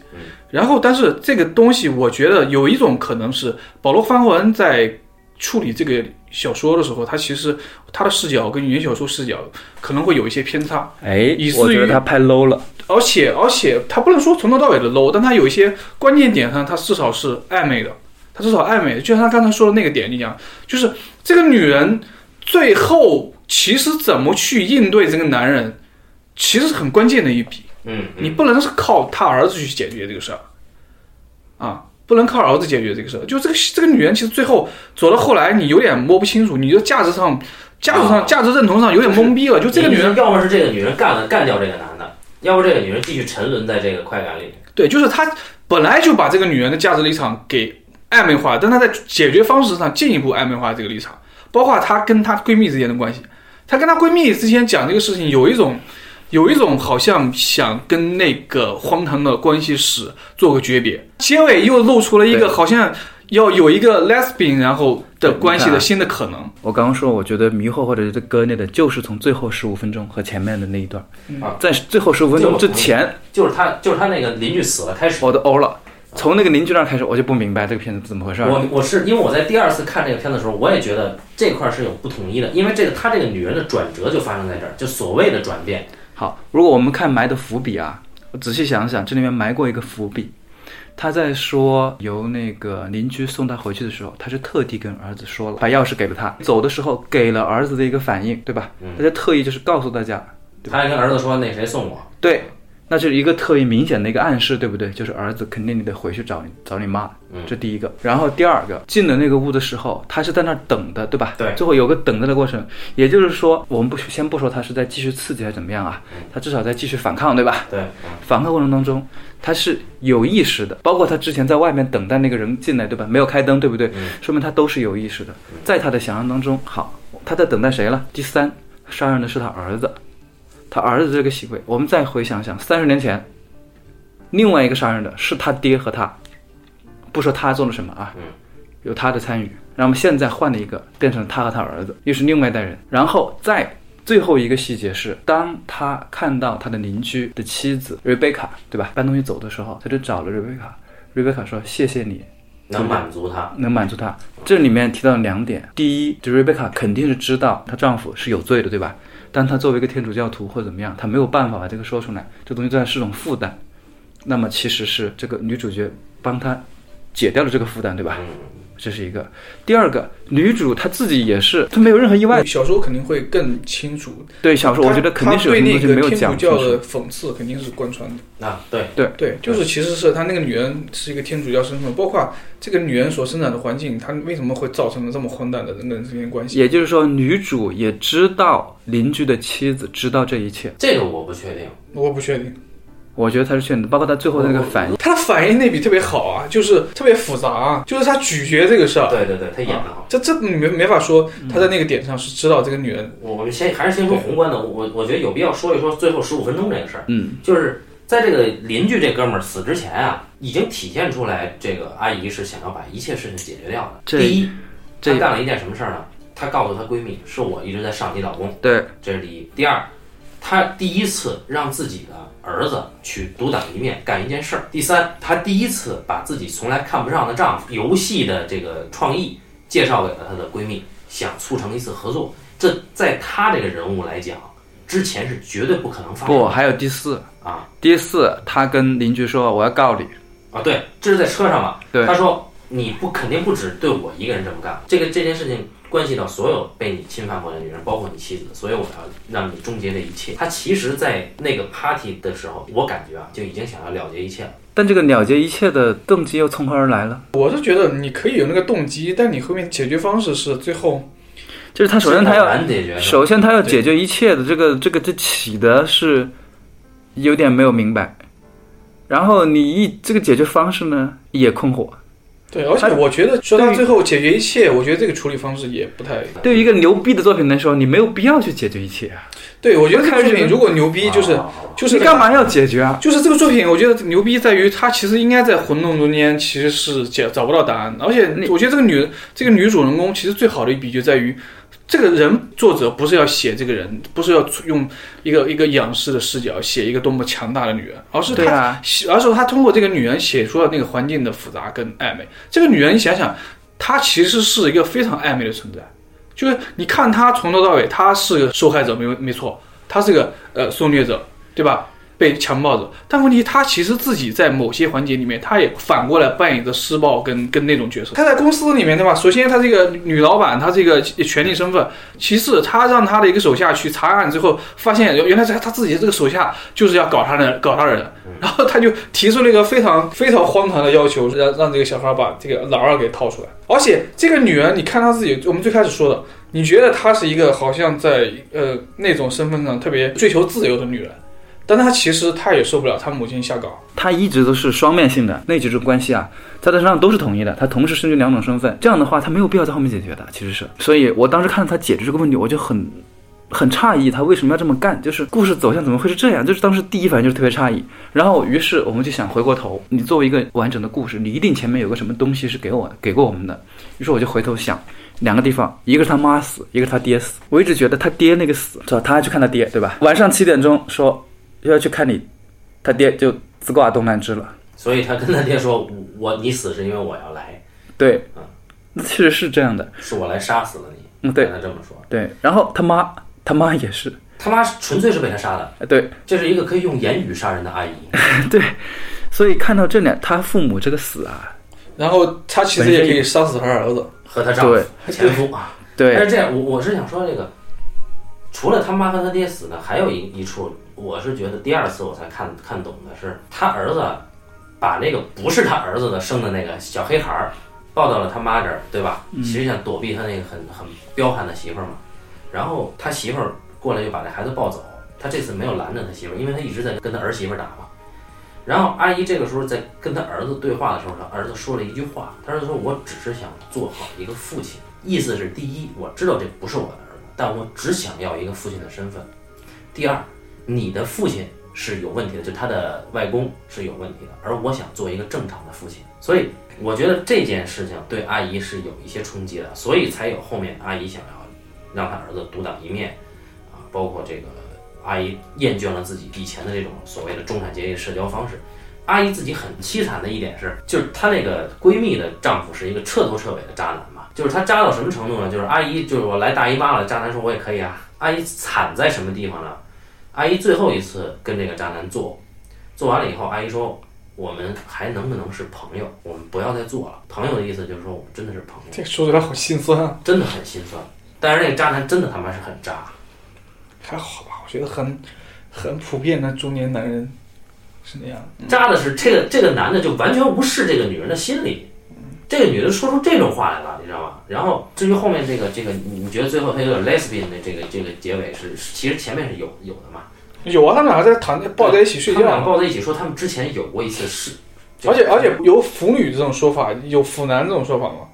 Speaker 3: 然后，但是这个东西，我觉得有一种可能是保罗·范霍恩在处理这个小说的时候，他其实他的视角跟原小说视角可能会有一些偏差。
Speaker 2: 哎
Speaker 3: 以，至于
Speaker 2: 我觉得他拍 low 了。
Speaker 3: 而且而且他不能说从头到尾的 low，但他有一些关键点上，他至少是暧昧的，他至少暧昧的。就像他刚才说的那个点一样，就是这个女人最后其实怎么去应对这个男人，其实是很关键的一笔。
Speaker 1: 嗯，
Speaker 3: 你不能是靠他儿子去解决这个事儿，啊，不能靠儿子解决这个事儿。就这个这个女人，其实最后走到后来，你有点摸不清楚，你的价值上、价值
Speaker 1: 啊
Speaker 3: 上、价值认同上有点懵逼了。就这个女人，
Speaker 1: 要么是这个女人干了干掉这个男的，要不这个女人继续沉沦在这个快感里面。
Speaker 3: 对，就是他本来就把这个女人的价值立场给暧昧化，但他在解决方式上进一步暧昧化这个立场，包括她跟她闺蜜之间的关系。她跟她闺蜜之间讲这个事情，有一种，有一种好像想跟那个荒唐的关系史做个诀别。结尾又露出了一个
Speaker 4: 对
Speaker 3: 好像要有一个 lesbian 然后的关系
Speaker 4: 你看
Speaker 3: 的
Speaker 4: 啊
Speaker 3: 新的可能。
Speaker 2: 我刚刚说，我觉得迷惑或者是割裂的，就是从最后十五分钟和前面的那一段
Speaker 3: 嗯，
Speaker 2: 在最后十五分钟之前，
Speaker 1: 就是他，就是他那个邻居死了开始。
Speaker 2: 我都欧了。从那个邻居那儿开始，我就不明白这个片子怎么回事儿。
Speaker 1: 我我是因为我在第二次看这个片子的时候，我也觉得这块儿是有不统一的，因为这个他这个女人的转折就发生在这儿，就所谓的转变。
Speaker 2: 好，如果我们看埋的伏笔啊，我仔细想想，这里面埋过一个伏笔。他在说由那个邻居送他回去的时候，他是特地跟儿子说了，把钥匙给了他。走的时候给了儿子的一个反应，对吧？他就特意就是告诉大家，
Speaker 1: 他还跟儿子说那谁送我，
Speaker 2: 对，那就是一个特别明显的一个暗示，对不对？就是儿子肯定你得回去找你找你妈，这第一个。然后第二个，进了那个屋的时候，他是在那儿等的，对吧？
Speaker 1: 对
Speaker 2: 最后有个等着的过程，也就是说，我们不先不说他是在继续刺激还是怎么样啊，他至少在继续反抗，对吧？
Speaker 1: 对，
Speaker 2: 反抗过程当中，他是有意识的，包括他之前在外面等待那个人进来，对吧？没有开灯，对不对？说明他都是有意识的，在他的想象当中，好，他在等待谁了？第三，杀人的是他儿子，他儿子这个行为，我们再回想想，三十年前，另外一个杀人的是他爹和他，不说他做了什么啊，有他的参与。那么现在换了一个，变成他和他儿子，又是另外一代人。然后再最后一个细节是，当他看到他的邻居的妻子瑞贝卡，对吧？搬东西走的时候，他就找了瑞贝卡。瑞贝卡说：“谢谢你，
Speaker 1: 能满足他。
Speaker 2: 能满足她。这里面提到两点，第一，就瑞贝卡肯定是知道她丈夫是有罪的，对吧？但她作为一个天主教徒或者怎么样，她没有办法把这个说出来，这东西对她是种负担。那么其实是这个女主角帮她解掉了这个负担，对吧？这是一个。第二个，女主她自己也是，她没有任何意外。
Speaker 3: 小时候肯定会更清楚。
Speaker 2: 对小说，我觉得肯定是有
Speaker 3: 他
Speaker 2: 什么
Speaker 3: 对那
Speaker 2: 东西
Speaker 3: 个
Speaker 2: 没有
Speaker 3: 天主
Speaker 2: 讲清
Speaker 3: 教
Speaker 2: 楚。
Speaker 3: 的讽刺肯定是贯穿的。
Speaker 1: 啊，对，
Speaker 3: 对，就是其实是她那个女人是一个天主教身份，包括这个女人所生长的环境，她为什么会造成了这么荒诞的人跟人之间关系？
Speaker 2: 也就是说，女主也知道邻居的妻子知道这一切，
Speaker 1: 这个我不确定。
Speaker 3: 我不确定。
Speaker 2: 我觉得她是劝的，包括她最后的那个反应。
Speaker 3: 她的反应那笔特别好啊，就是特别复杂啊，就是她咀嚼这个事儿，
Speaker 1: 对对对，他演的好。
Speaker 3: 这这没没法说，
Speaker 2: 嗯
Speaker 3: 她在那个点上是知道这个女人。
Speaker 1: 我我们先还是先说宏观的，我我觉得有必要说一说最后十五分钟这个事儿。
Speaker 2: 嗯，
Speaker 1: 就是在这个邻居这哥们儿死之前啊，已经体现出来这个阿姨是想要把一切事情解决掉的。
Speaker 2: 这
Speaker 1: 第一，她
Speaker 2: 这
Speaker 1: 干了一件什么事儿呢？她告诉她闺蜜，是我一直在上你老公。
Speaker 2: 对，
Speaker 1: 这是第一。第二，他第一次让自己的儿子去独当一面干一件事儿。第三，他第一次把自己从来看不上的丈夫游戏的这个创意介绍给了她的闺蜜，想促成一次合作。这在她这个人物来讲，之前是绝对不可能发生
Speaker 2: 不，
Speaker 1: 的
Speaker 2: 还有第四
Speaker 1: 啊。
Speaker 2: 第四，他跟邻居说我要告你，
Speaker 1: 啊。对，这是在车上吧？
Speaker 2: 对
Speaker 1: 他说你不肯定不止对我一个人这么干，这个这件事情。关系到所有被你侵犯过的女人，包括你妻子，所以我要让你终结这一切。他其实，在那个 party 的时候，我感觉啊，就已经想要了结一切了。
Speaker 2: 但这个了结一切的动机又从何而来了？
Speaker 3: 我是觉得你可以有那个动机，但你后面解决方式是最后
Speaker 2: 就是他首先他
Speaker 1: 是偶
Speaker 2: 要，
Speaker 1: 然解决的，
Speaker 2: 首先他要解决一切的这个这个这起的是有点没有明白，然后你一这个解决方式呢也困惑。
Speaker 3: 对，而且
Speaker 2: 她
Speaker 3: 我觉得说
Speaker 2: 对
Speaker 3: 到
Speaker 2: 于
Speaker 3: 最后解决一切，我觉得这个处理方式也不太
Speaker 2: 对于一个牛逼的作品来说，你没有必要去解决一切啊，
Speaker 3: 对。我觉得这
Speaker 2: 我
Speaker 3: 个
Speaker 2: 看
Speaker 3: 作
Speaker 2: 着
Speaker 3: 品
Speaker 2: 就
Speaker 3: 如果牛逼，就是
Speaker 1: 啊
Speaker 3: 就是
Speaker 2: 你干嘛要解决啊？
Speaker 3: 就是这个作品，我觉得牛逼在于它其实应该在混沌中间其实是解找不到答案，而且
Speaker 2: 你
Speaker 3: 我觉得这个女这个女主人公其实最好的一笔就在于这个人作者不是要写这个人，不是要用一个一个仰视的视角写一个多么强大的女人，而是
Speaker 4: 对
Speaker 3: 他
Speaker 4: 啊，
Speaker 3: 写而是他通过这个女人写出了那个环境的复杂跟暧昧。这个女人，你想想，她其实是一个非常暧昧的存在。就是你看她从头到尾，她是个受害者，没有没错，她是个呃受虐者，对吧？被强暴者，但问题她其实自己在某些环节里面，她也反过来扮演着施暴跟跟那种角色。她在公司里面，对吧？首先她这个女老板，她这个权力身份，其次，他让他的一个手下去查案之后，发现原来是他自己这个手下就是要搞他人，搞他人，然后他就提出了一个非常非常荒唐的要求，让让这个小孩把这个老二给套出来。而且这个女人，你看她自己，我们最开始说的，你觉得她是一个好像在呃那种身份上特别追求自由的女人，但她其实她也受不了她母亲下岗。
Speaker 2: 他一直都是双面性的，那几种关系啊，在他身上都是统一的，他同时身具两种身份，这样的话他没有必要在后面解决的，其实是。所以我当时看到他解决这个问题，我就很很诧异，他为什么要这么干？就是故事走向怎么会是这样？就是当时第一反应就是特别诧异。然后于是我们就想回过头，你作为一个完整的故事，你一定前面有个什么东西是给我给过我们的。于是我就回头想。两个地方，一个是他妈死，一个是他爹死。我一直觉得他爹那个死，知道他还去看他爹，对吧？晚上七点钟说要去看你，他爹就自挂东南枝了。
Speaker 1: 所以他跟他爹说：“我我你死是因为我要来，
Speaker 2: 对，
Speaker 1: 啊
Speaker 2: 那确实是这样的。
Speaker 1: 是我来杀死了你。”
Speaker 2: 嗯，对
Speaker 1: 跟他这么说，
Speaker 2: 对。然后他妈，他妈也是，
Speaker 1: 他妈纯粹是被他杀的，
Speaker 2: 呃对。
Speaker 1: 这是一个可以用言语杀人的阿姨。
Speaker 2: 所以看到这两，他父母这个死啊，
Speaker 3: 然后她其实也可以杀死她儿子，
Speaker 1: 和她丈夫、前夫啊。但
Speaker 2: 对
Speaker 1: 是这样，我我是想说这个，除了他妈和他爹死呢，还有一一处，我是觉得第二次我才看看懂的是，他儿子把那个不是他儿子的生的那个小黑孩儿抱到了他妈这儿，对吧？其实想躲避他那个很很彪悍的媳妇儿嘛。然后他媳妇儿过来就把这孩子抱走，他这次没有拦着他媳妇儿，因为他一直在跟他儿媳妇儿打嘛。然后阿姨这个时候在跟他儿子对话的时候，他儿子说了一句话，他儿子说：“我只是想做好一个父亲。”意思是：第一，我知道这不是我的儿子，但我只想要一个父亲的身份；第二，你的父亲是有问题的，就他的外公是有问题的，而我想做一个正常的父亲。所以我觉得这件事情对阿姨是有一些冲击的，所以才有后面阿姨想要让她儿子独当一面啊，包括这个阿姨厌倦了自己以前的这种所谓的中产阶级的社交方式。阿姨自己很凄惨的一点是，就是她那个闺蜜的丈夫是一个彻头彻尾的渣男嘛，就是他渣到什么程度呢？就是阿姨就是我来大姨妈了，渣男说我也可以啊。阿姨惨在什么地方呢？阿姨最后一次跟这个渣男做，做完了以后，阿姨说我们还能不能是朋友？我们不要再做了。朋友的意思就是说我们真的是朋友。
Speaker 3: 这说出来好心酸啊。
Speaker 1: 真的很心酸。但是那个渣男真的他妈是很渣，
Speaker 3: 还好吧，我觉得很很普遍的中年男人是那样的。
Speaker 1: 渣的是这个这个男的就完全无视这个女人的心理，这个女的说出这种话来了，你知道吗？然后至于后面这个这个，你你觉得最后他有点 lesbian 的这个这个结尾是，是其实前面是有有的嘛？
Speaker 3: 有啊，他们俩在谈抱在一起睡
Speaker 1: 他们俩
Speaker 3: 觉，啊
Speaker 1: 抱在一起说他们之前有过一次事，
Speaker 3: 而且而且有腐女这种说法，有腐男这种说法嘛，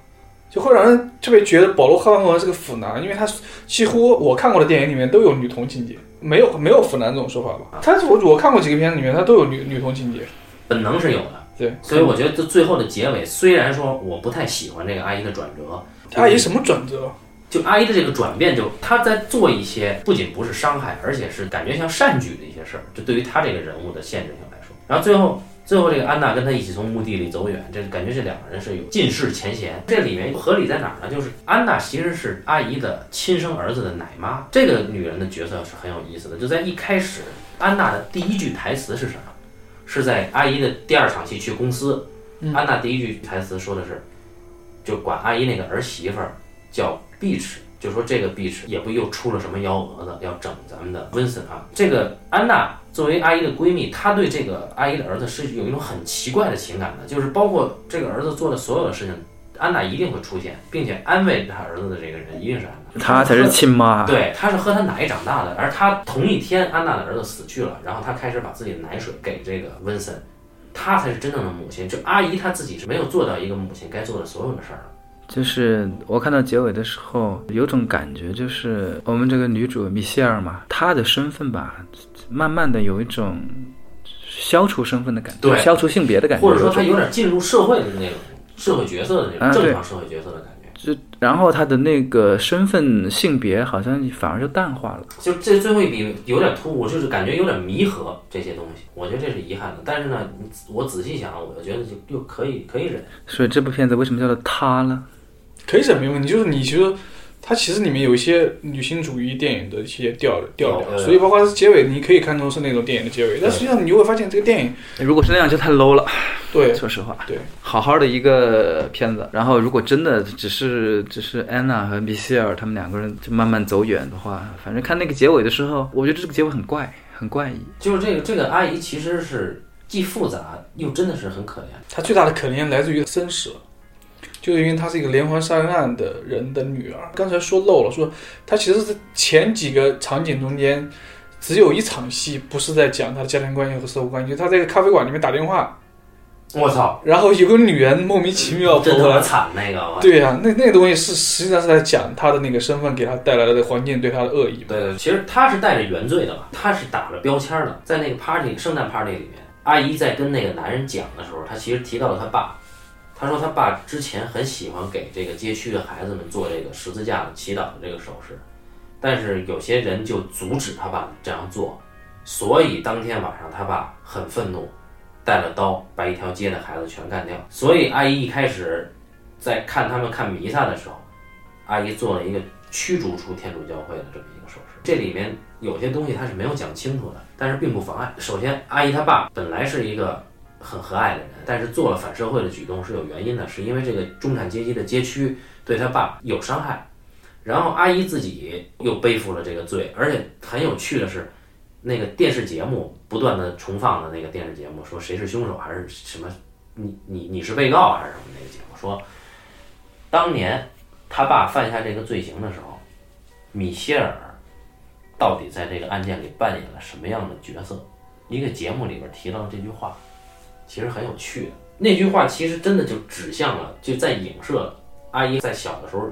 Speaker 3: 就会让人特别觉得保罗·赫曼霍恩是个腐男，因为他几乎我看过的电影里面都有女同情节，没有没有腐男这种说法
Speaker 1: 啊
Speaker 3: 吧？他我我看过几个片子里面，他都有女女同情节，
Speaker 1: 本能是有的。
Speaker 3: 对。
Speaker 1: 所以我觉得这最后的结尾，虽然说我不太喜欢这个阿姨的转折，
Speaker 3: 阿姨什么转折？
Speaker 1: 就阿姨的这个转变就，她在做一些不仅不是伤害，而且是感觉像善举的一些事儿，就对于她这个人物的限制性来说。然后最后，最后这个安娜跟他一起从墓地里走远，这感觉这两个人是有尽释前嫌。这里面合理在哪儿呢？就是安娜其实是阿姨的亲生儿子的奶妈，这个女人的角色是很有意思的。就在一开始，安娜的第一句台词是什么？是在阿姨的第二场戏去公司，
Speaker 3: 嗯
Speaker 1: 安娜第一句台词说的是，就管阿姨那个儿媳妇儿叫 Beach，就说这个 Beach 也不又出了什么幺蛾子，要整咱们的 Vincent 啊。这个安娜作为阿姨的闺蜜，她对这个阿姨的儿子是有一种很奇怪的情感的，就是包括这个儿子做的所有的事情，安娜一定会出现，并且安慰她儿子的这个人一定是安娜，
Speaker 2: 他才是亲 妈。
Speaker 1: 对，他是喝他奶长大的，而他同一天安娜的儿子死去了，然后他开始把自己的奶水给这个温森，他才是真正的母亲。就阿姨她自己是没有做到一个母亲该做的所有的事儿的。
Speaker 2: 就是我看到结尾的时候，有种感觉，就是我们这个女主米歇尔嘛，她的身份吧，慢慢的有一种消除身份的感觉，
Speaker 1: 对
Speaker 2: 消除性别的感觉，
Speaker 1: 或者说
Speaker 2: 有
Speaker 1: 他
Speaker 2: 种
Speaker 1: 有点进入社会的那种社会角色的那
Speaker 2: 啊
Speaker 1: 种
Speaker 2: 对
Speaker 1: 正常社会角色的感觉。
Speaker 2: 然后他的那个身份性别好像反而就淡化了。
Speaker 1: 就这最后一笔有点突兀，就是感觉有点弥合这些东西，我觉得这是遗憾的。但是呢，你我仔细想，啊我又觉得就又可以可以忍。
Speaker 2: 所以这部片子为什么叫做他呢？
Speaker 3: 可以是没问题，就是你其实它其实里面有一些女性主义电影的一些调调
Speaker 1: 有
Speaker 3: 调，
Speaker 1: 有
Speaker 3: 所以包括它结尾，你可以看成是那种电影的结尾，但实际上你会发现这个电影
Speaker 4: 如果是那样就太 low 了，
Speaker 3: 对
Speaker 4: 说实话。
Speaker 3: 对，
Speaker 4: 好好的一个片子，然后如果真的只是只是安娜和米歇尔他们两个人就慢慢走远的话，反正看那个结尾的时候，我觉得这个结尾很怪，很怪异。
Speaker 1: 就是这个这个阿姨其实是既复杂又真的是很可怜。
Speaker 3: 它最大的可怜来自于生死，就是因为她是一个连环杀人案的人的女儿。刚才说漏了，说她其实是前几个场景中间只有一场戏不是在讲她的家庭关系和社会关系，她在一个咖啡馆里面打电话，
Speaker 1: 我操，
Speaker 3: 然后有个女人莫名其妙跑
Speaker 1: 真他
Speaker 3: 过
Speaker 1: 妈
Speaker 3: 来
Speaker 1: 惨 那个我。
Speaker 3: 对呀、那那个东西是实际上是在讲他的那个身份给他带来的环境对他的恶意。
Speaker 1: 对对，其实他是带着原罪的吧，他是打着标签的，在那个 party 圣诞 party 里面，阿姨在跟那个男人讲的时候，她其实提到了他爸，她说他爸之前很喜欢给这个街区的孩子们做这个十字架的祈祷的这个手势，但是有些人就阻止他爸这样做，所以当天晚上他爸很愤怒，带了刀把一条街的孩子全干掉。所以阿姨一开始在看他们看弥撒的时候，阿姨做了一个驱逐出天主教会的这么一个手势。这里面有些东西他是没有讲清楚的，但是并不妨碍。首先，阿姨她爸本来是一个很和蔼的人，但是做了反社会的举动是有原因的，是因为这个中产阶级的街区对他爸有伤害。然后阿姨自己又背负了这个罪，而且很有趣的是，那个电视节目不断的重放的那个电视节目，说谁是凶手还是什么，你你你是被告还是什么那个节目，说当年他爸犯下这个罪行的时候，米歇尔到底在这个案件里扮演了什么样的角色？一个节目里边提到这句话，其实很有趣的。那句话其实真的就指向了，就在影射阿姨在小的时候，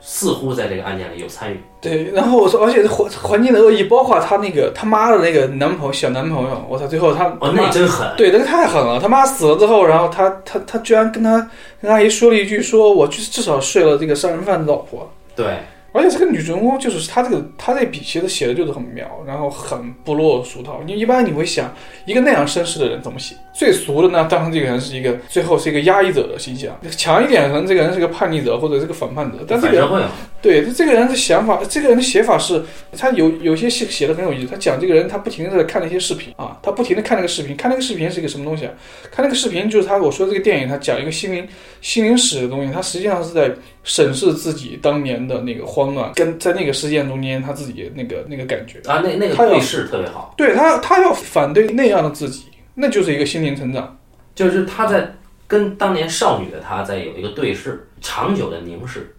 Speaker 1: 似乎在这个案件里有参与。
Speaker 3: 对，然后我说，而且环环境的恶意，包括她那个他妈的那个男朋友小男朋友，我操，最后他
Speaker 1: 哦，
Speaker 3: 他
Speaker 1: 那
Speaker 3: 妈
Speaker 1: 真狠。
Speaker 3: 对，那个太狠了。他妈死了之后，然后他他他居然跟他跟阿姨说了一句说，我去至少睡了这个杀人犯的老婆。
Speaker 1: 对，
Speaker 3: 而且这个女主人公就是她这个她这笔其实写的就是很妙，然后很不落俗套。你一般你会想一个那样绅士的人怎么写？最俗的呢，当然这个人是一个最后是一个压抑者的形象，强一点可能这个人是个叛逆者或者是个反叛者，但这
Speaker 1: 反
Speaker 3: 个人
Speaker 1: 社会嘛。
Speaker 3: 对这个人的想法，这个人的写法是，他有有些写写的很有意思。他讲这个人，他不停的在看那些视频啊，他不停的看那个视频，看那个视频是一个什么东西啊？看那个视频就是他我说这个电影，他讲一个心灵心灵史的东西，他实际上是在审视自己当年的那个慌乱，跟在那个事件中间他自己的那个那个感觉。
Speaker 1: 啊，那那个
Speaker 3: 他有
Speaker 1: 对视特别好。
Speaker 3: 对他，他要反对那样的自己，那就是一个心灵成长。
Speaker 1: 就是他在跟当年少女的他在有一个对视，长久的凝视，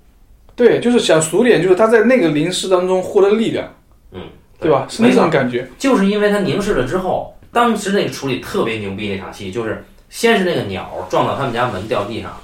Speaker 3: 对，就是想熟练，就是他在那个淋湿当中获得力量，
Speaker 1: 嗯，
Speaker 3: 对吧？是那
Speaker 1: 没
Speaker 3: 种
Speaker 1: 错，
Speaker 3: 感觉。
Speaker 1: 就是因为他凝视了之后，当时那个处理特别牛逼那场戏，就是先是那个鸟撞到他们家门掉地上，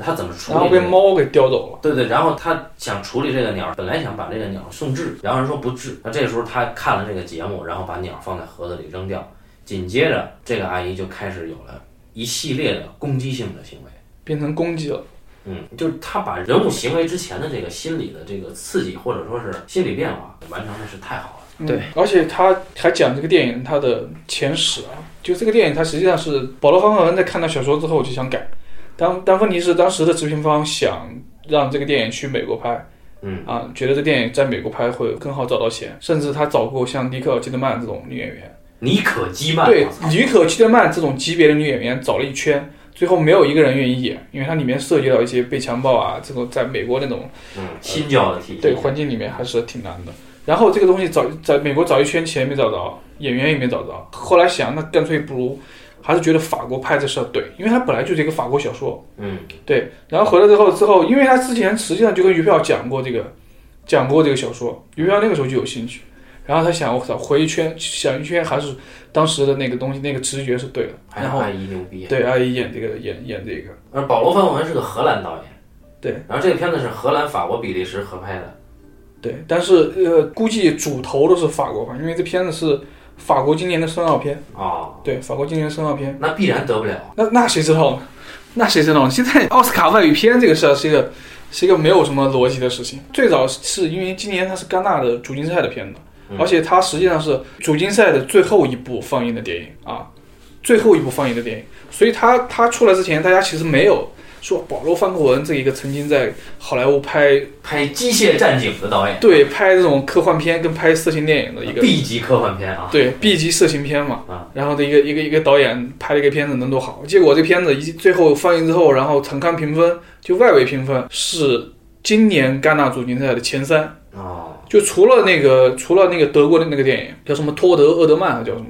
Speaker 1: 他怎么处
Speaker 3: 然后
Speaker 1: 理
Speaker 3: 被
Speaker 1: 这个？
Speaker 3: 猫给叼走了。
Speaker 1: 对对，然后他想处理这个鸟，本来想把这个鸟送治，然后人说不治。那这时候他看了这个节目，然后把鸟放在盒子里扔掉。紧接着，这个阿姨就开始有了一系列的攻击性的行为。
Speaker 3: 变成攻击了。
Speaker 1: 嗯，就是他把人物行为之前的这个心理的这个刺激，或者说是心理变化，完成的是太好了。
Speaker 4: 对
Speaker 3: 嗯，而且他还讲这个电影它的前史啊，就这个电影它实际上是保罗·方赫文在看到小说之后就想改，但但问题是当时的制片方想让这个电影去美国拍。
Speaker 1: 嗯
Speaker 3: 啊，觉得这电影在美国拍会更好找到钱，甚至他找过像妮可基德曼这种女演员，
Speaker 1: 尼可基曼，
Speaker 3: 对
Speaker 1: 我操
Speaker 3: 妮可基德曼这种级别的女演员找了一圈，最后没有一个人愿意演，因为它里面涉及到一些被强暴啊，这种在美国那种
Speaker 1: 嗯，新教的体系，
Speaker 3: 对，环境里面还是挺难的。然后这个东西找在美国找一圈钱也没找着，演员也没找着。后来想，那干脆不如还是觉得法国拍这事儿对，因为它本来就是一个法国小说。
Speaker 1: 嗯，
Speaker 3: 对，然后回来之后之后，因为他之前实际上就跟余票讲过这个，讲过这个小说，余票那个时候就有兴趣。然后他想，我操，回一圈想一圈，还是当时的那个东西，那个直觉是对的。
Speaker 1: 还
Speaker 3: 然
Speaker 1: 是
Speaker 3: 后
Speaker 1: 阿姨牛逼。
Speaker 3: 对阿姨演这个演演这个，
Speaker 1: 而保罗·范霍文是个荷兰导演，
Speaker 3: 对，
Speaker 1: 然后这个片子是荷兰、法国、比利时合拍的，
Speaker 3: 对，但是呃，估计主投的是法国吧，因为这片子是法国今年的申奥片。
Speaker 1: 哦，
Speaker 3: 对，法国今年申奥片，
Speaker 1: 那必然得不了。
Speaker 3: 那那谁知道呢？那谁知道呢？现在奥斯卡外语片这个事儿是一个是一个没有什么逻辑的事情。最早是因为今年它是戛纳的主竞赛的片子，而且它实际上是主竞赛的最后一部放映的电影啊，最后一部放映的电影。所以它它出来之前，大家其实没有说保罗·范克文这一个曾经在好莱坞拍
Speaker 1: 拍《机械战警》的导演，啊
Speaker 3: 对拍这种科幻片跟拍色情电影的一个
Speaker 1: B 级科幻片啊，
Speaker 3: 对 B 级色情片嘛
Speaker 1: 啊，
Speaker 3: 然后的一个一个一个导演拍了一个片子能多好，结果这片子一最后放映之后，然后场刊评分就外围评分是今年戛纳主竞赛的前三，
Speaker 1: 哦，
Speaker 3: 就除了那个除了那个德国的那个电影叫什么托德厄德曼啊还是叫什么，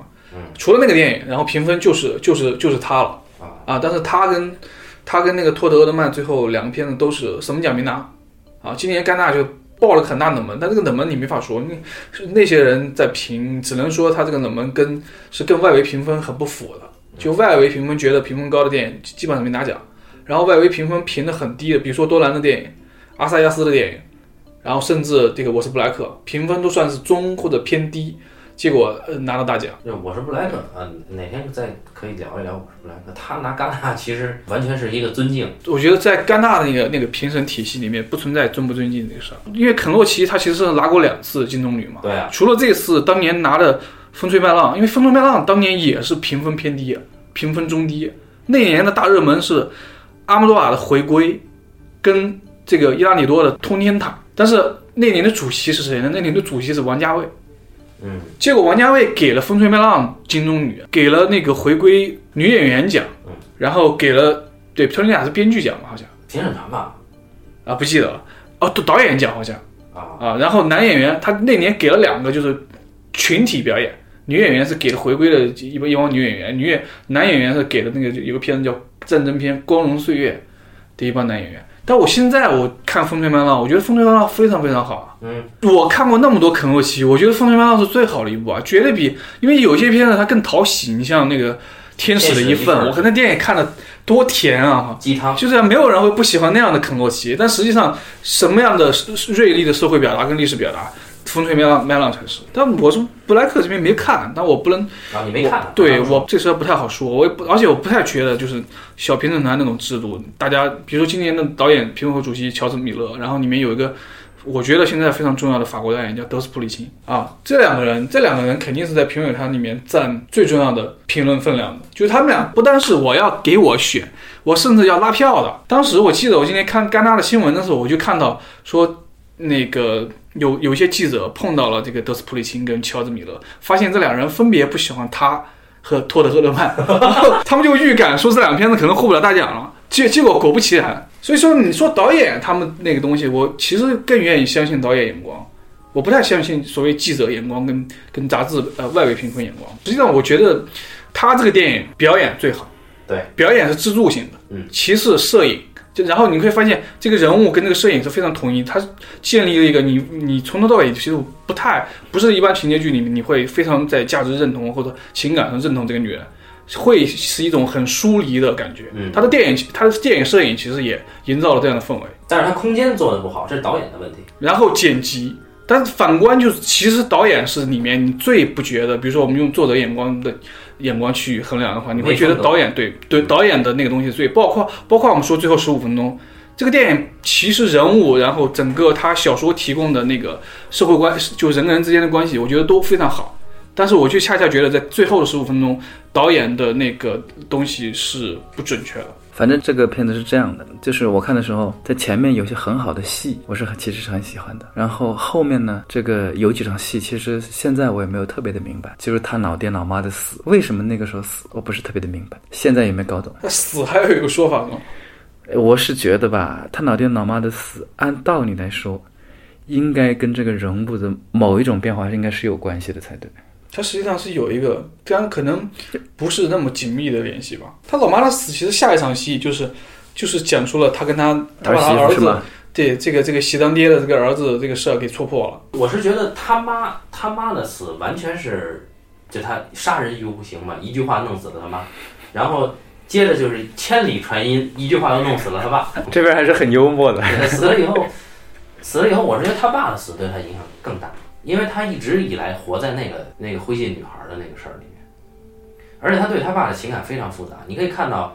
Speaker 3: 除了那个电影，然后评分就是就是就是他了
Speaker 1: 啊
Speaker 3: 啊，但是他跟他跟那个托德厄德曼最后两个片子都是什么奖没拿啊，今年戛纳就爆了很大冷门，但这个冷门你没法说，你是那些人在评，只能说他这个冷门跟是跟外围评分很不符的。就外围评分觉得评分高的电影基本上没拿奖，然后外围评分评的很低的，比如说多兰的电影、阿萨亚斯的电影，然后甚至这个我是布莱克，评分都算是中或者偏低，结果、呃、拿到大奖。
Speaker 1: 对，我是布莱克啊，哪天再可以聊一聊我是布莱克。他拿戛纳其实完全是一个尊敬，
Speaker 3: 我觉得在戛纳的那个那个评审体系里面，不存在尊不尊敬这个事儿，因为肯洛奇他其实是拿过两次金棕榈嘛，
Speaker 1: 对啊，
Speaker 3: 除了这次当年拿的《风吹麦浪》，因为《风吹麦浪》当年也是评分偏低，啊评分中低。那年的大热门是阿莫多瓦的《回归》，跟这个伊拉里多的《通天塔》。但是那年的主席是谁呢？那年的主席是王家卫。
Speaker 1: 嗯，
Speaker 3: 结果王家卫给了《风吹麦浪》金棕榈，给了那个回归女演员奖，然后给了对《通天塔》是编剧奖吧？好像
Speaker 1: 评审团吧，
Speaker 3: 啊，不记得了。哦，导导演奖好像。
Speaker 1: 啊，
Speaker 3: 啊，然后男演员他那年给了两个，就是群体表演，女演员是给了回归的一帮一帮女演员，女演男演员是给了那个有个片子叫战争片《光荣岁月》的一帮男演员。但我现在我看《风吹麦浪》，我觉得《风吹麦浪》非常非常好。
Speaker 1: 嗯，
Speaker 3: 我看过那么多肯洛奇，我觉得《风吹麦浪》是最好的一部啊，绝对比因为有些片子它更讨喜。你像那个《天使的一
Speaker 1: 天使的
Speaker 3: 份
Speaker 1: 一》，份
Speaker 3: 我看那电影看的多甜啊！
Speaker 1: 鸡汤，
Speaker 3: 就是没有人会不喜欢那样的肯洛奇，但实际上什么样的锐利的社会表达跟历史表达，风吹麦浪麦浪才是。但我是布莱克这边没看，但我不能，
Speaker 1: 啊，你没看啊？
Speaker 3: 对
Speaker 1: 啊
Speaker 3: 我这事儿不太好说，我也不，而且我不太觉得就是小评审团那种制度，大家比如说今年的导演评委会主席乔治米勒，然后里面有一个。我觉得现在非常重要的法国导演叫德斯普里钦啊，这两个人，这两个人肯定是在评委团里面占最重要的评论分量的。就是他们俩不单是我要给我选，我甚至要拉票的。当时我记得我今天看戛纳的新闻的时候，我就看到说，那个有有一些记者碰到了这个德斯普里钦跟乔治米勒，发现这两人分别不喜欢他和托德赫勒曼， 然后他们就预感说这两片子可能获不了大奖了。结结果果不其然，所以说你说导演他们那个东西，我其实更愿意相信导演眼光。我不太相信所谓记者眼光跟跟杂志呃外围评分眼光。实际上，我觉得他这个电影表演最好。
Speaker 1: 对，
Speaker 3: 表演是支柱型的，
Speaker 1: 嗯，
Speaker 3: 其次摄影，就然后你会发现这个人物跟这个摄影是非常统一，它建立了一个你你从头到尾其实不太不是一般情节剧里面你会非常在价值认同或者情感上认同这个女人，会是一种很疏离的感觉。
Speaker 1: 嗯
Speaker 3: 他的电影他的电影摄影其实也营造了这样的氛围，
Speaker 1: 但是他空间做的不好，这是导演的问题。
Speaker 3: 然后剪辑。但是反观就是，其实导演是里面你最不觉得，比如说我们用作者眼光的眼光去衡量的话，你会觉得导演对对导演的那个东西最，包括包括我们说最后十五分钟，这个电影其实人物，然后整个他小说提供的那个社会关，就人跟人之间的关系，我觉得都非常好。但是我却恰恰觉得在最后的十五分钟，导演的那个东西是不准确的。
Speaker 2: 反正这个片子是这样的，就是我看的时候，在前面有些很好的戏，我是很其实是很喜欢的。然后后面呢，这个有几场戏，其实现在我也没有特别的明白，就是他老爹老妈的死，为什么那个时候死，我不是特别的明白，现在也没搞懂。
Speaker 3: 那死还有一个说法吗？
Speaker 2: 我是觉得吧，他老爹老妈的死，按道理来说，应该跟这个人物的某一种变化应该是有关系的才对。
Speaker 3: 它实际上是有一个，当然可能不是那么紧密的联系吧。他老妈的死，其实下一场戏就是就是讲述了他跟他他把他
Speaker 2: 儿媳
Speaker 3: 儿
Speaker 2: 妇是
Speaker 3: 子
Speaker 2: 吗？
Speaker 3: 对这个这个喜当爹的这个儿子这个事儿给戳破了。
Speaker 1: 我是觉得他妈他妈的死完全是，就他杀人于无形嘛，一句话弄死了他妈，然后接着就是千里传音，一句话又弄死了他爸。
Speaker 2: 这边还是很 幽默的。
Speaker 1: 死了以后，死了以后，我是觉得他爸的死对他影响更大，因为他一直以来活在那个那个灰烬女孩的那个事儿里面，而且他对他爸的情感非常复杂。你可以看到，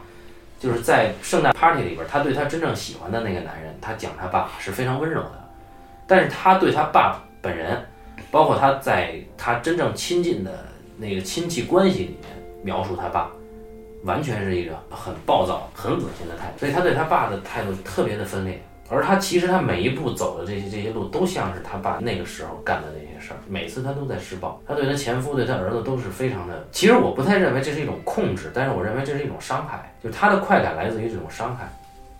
Speaker 1: 就是在圣诞 party 里边，她对她真正喜欢的那个男人，她讲她爸是非常温柔的，但是她对她爸本人，包括她在她真正亲近的那个亲戚关系里面描述她爸，完全是一个很暴躁、很恶心的态度，所以她对她爸的态度特别的分裂。而她其实她每一步走的这些这些路，都像是她爸那个时候干的那些事儿，每次她都在施暴，她对她前夫、对她儿子都是非常的。其实我不太认为这是一种控制，但是我认为这是一种伤害，就是她的快感来自于这种伤害。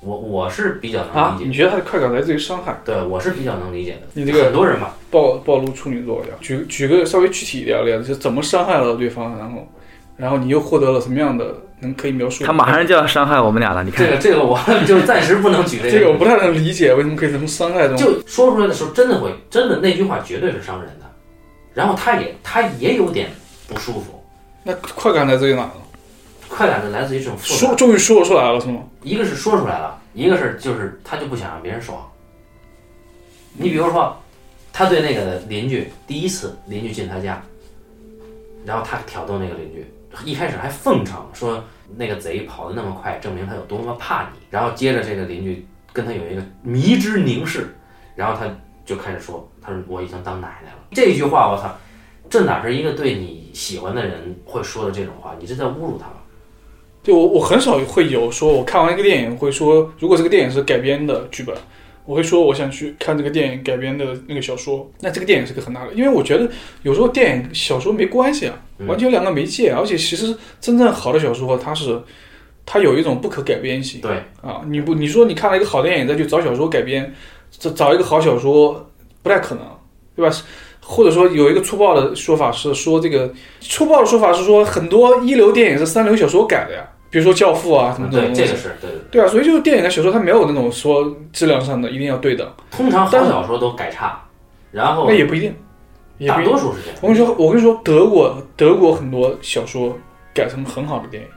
Speaker 1: 我我是比较能
Speaker 3: 啊，
Speaker 1: 理
Speaker 3: 你
Speaker 1: 解，
Speaker 3: 觉得他的快感来自于伤害？
Speaker 1: 对我是比较能理解的。
Speaker 3: 你这个
Speaker 1: 很多人吧，
Speaker 3: 暴暴露处女座呀？举举个稍微具体一点的例子，就怎么伤害了对方，然后然后你又获得了什么样的能可以描述？
Speaker 2: 他马上就要伤害我们俩了，你 看
Speaker 1: 这，个这个 我就暂时不能举这个。
Speaker 3: 这个我不太能理解，为什么可以这么伤害这种？
Speaker 1: 就说出来的时候，真的会，真的那句话绝对是伤人的。然后她也她也有点不舒服，
Speaker 3: 那快感来自于哪呢？
Speaker 1: 快感的来自于这种复杂
Speaker 3: 说终于说出来了是吗？
Speaker 1: 一个是说出来了，一个是就是他就不想让别人爽。你比如说，他对那个邻居第一次邻居进他家，然后他挑逗那个邻居，一开始还奉承说那个贼跑得那么快，证明他有多么怕你。然后接着这个邻居跟他有一个迷之凝视，然后他就开始说，他说我已经当奶奶了。这句话我操，这哪是一个对你喜欢的人会说的这种话？你这在侮辱他吧？
Speaker 3: 就我我很少会有说，我看完一个电影会说，如果这个电影是改编的剧本，我会说我想去看这个电影改编的那个小说。那这个电影是个很大的，因为我觉得有时候电影小说没关系啊，
Speaker 1: 嗯
Speaker 3: 完全两个媒介，啊而且其实真正好的小说它是。它有一种不可改编性
Speaker 1: 对，
Speaker 3: 啊！你不，你说你看了一个好电影，再去找小说改编，找找一个好小说不太可能，对吧？或者说有一个粗暴的说法是说这个粗暴的说法是说很多一流电影是三流小说改的呀，比如说《教父》啊什么
Speaker 1: 嗯
Speaker 3: 这
Speaker 1: 对，
Speaker 3: 种
Speaker 1: 这
Speaker 3: 东西
Speaker 1: 个。是对对。
Speaker 3: 对啊，所以就是电影跟小说它没有那种说质量上的一定要对等，
Speaker 1: 通常好小说都改差，然后
Speaker 3: 那也不一定，也不
Speaker 1: 哦大
Speaker 3: 一定
Speaker 1: 多。数是这样。
Speaker 3: 我跟你说，我跟你说，德国德国很多小说改成很好的电影，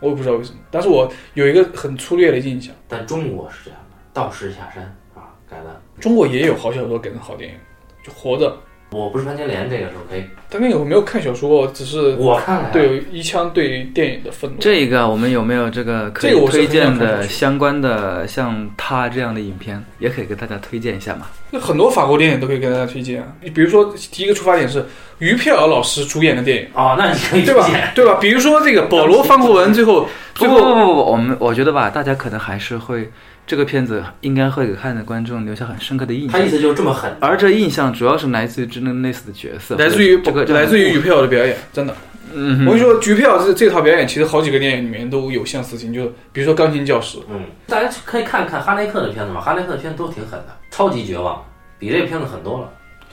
Speaker 3: 我也不知道为什么，但是我有一个很粗略的印象，
Speaker 1: 但中国是这样的，道士下山啊，改的。
Speaker 3: 中国也有好小说改成好电影，就活着。
Speaker 1: 我不是潘金莲，这个时候可以，
Speaker 3: 但那个我没有看小说，只是
Speaker 1: 我看了呀，
Speaker 3: 对一腔对电影的愤怒。
Speaker 4: 这个我们有没有这个可以
Speaker 3: 这个我是
Speaker 4: 推
Speaker 3: 很想
Speaker 4: 荐
Speaker 3: 看
Speaker 4: 的
Speaker 3: 下去
Speaker 4: 相关的像他这样的影片，也可以给大家推荐一下嘛？
Speaker 3: 那很多法国电影都可以给大家推荐啊，比如说第一个出发点是于佩尔老师主演的电影，
Speaker 1: 哦，那你可以
Speaker 3: 对
Speaker 1: 推
Speaker 3: 吧
Speaker 1: 荐。？
Speaker 3: 对吧？比如说这个保罗·方国文最后
Speaker 4: 不
Speaker 3: 最
Speaker 4: 不不
Speaker 3: 后
Speaker 4: 不不，我们我觉得吧，大家可能还是会这个片子应该会给看的观众留下很深刻的印
Speaker 1: 他
Speaker 4: 象
Speaker 1: 意，思就是这么狠，
Speaker 4: 而这印象主要是来自于真正类似的角色，
Speaker 3: 来自于
Speaker 4: 这个
Speaker 3: 来自于于佩尔的表演，真的。
Speaker 4: 嗯
Speaker 3: 我
Speaker 4: 哼
Speaker 3: 跟你说，于佩尔这这套表演其实好几个电影里面都有相似性，就是比如说《钢琴教师》，
Speaker 1: 嗯，大家可以看看哈雷克的片子嘛，哈雷克的片子都挺狠的，超级绝望，比这个片子狠多了。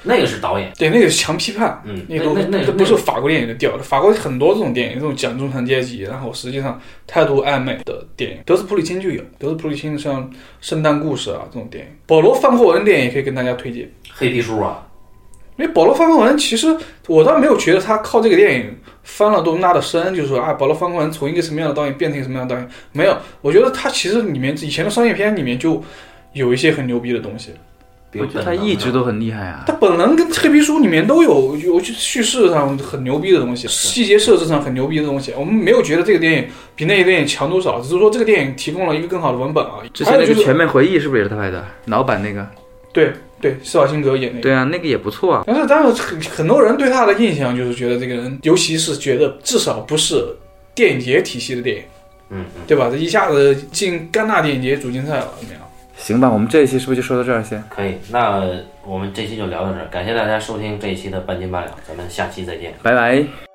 Speaker 1: 那个是导演，
Speaker 3: 对，那个是强批判，
Speaker 1: 嗯，
Speaker 3: 那
Speaker 1: 那
Speaker 3: 个都
Speaker 1: 那那
Speaker 3: 这不是法国电影的调。法国很多这种电影，这种讲中产阶级，然后实际上态度暧昧的电影，德斯普里钦就有。德斯普里钦像《圣诞故事啊》这种电影，保罗·范霍文电影也可以跟大家推荐。
Speaker 1: 黑皮书啊，
Speaker 3: 因为保罗·范霍文其实我倒没有觉得他靠这个电影翻了多么大的身，就是说啊，保罗·范霍文从一个什么样的导演变成一个什么样的导演，没有。我觉得他其实里面以前的商业片里面就有一些很牛逼的东西。
Speaker 1: 比
Speaker 4: 我
Speaker 1: 如
Speaker 4: 觉得
Speaker 1: 本
Speaker 4: 他
Speaker 1: 能啊
Speaker 4: 一直都很厉害啊
Speaker 3: 他。本能跟黑皮书里面都有有叙事上很牛逼的东西，细节设置上很牛逼的东西。我们没有觉得这个电影比那个电影强多少，只是说这个电影提供了一个更好的文本而已。
Speaker 4: 之前
Speaker 3: 还有
Speaker 4: 那个
Speaker 3: 就
Speaker 4: 《
Speaker 3: 是
Speaker 4: 全面回忆》是不是也是他拍的？老版那个？
Speaker 3: 对施瓦辛格演那个。
Speaker 4: 对啊，那个也不错啊。
Speaker 3: 但是，但是很很多人对他的印象就是觉得这个人，尤其是觉得至少不是电影节体系的电影，
Speaker 1: 嗯嗯，
Speaker 3: 对吧？这一下子进戛纳电影节主竞赛了，怎么样？
Speaker 2: 行吧，我们这一期是不是就说到这儿先？
Speaker 1: 可以。那我们这期就聊到这儿，感谢大家收听这一期的半斤八两，咱们下期再见。
Speaker 2: 拜拜。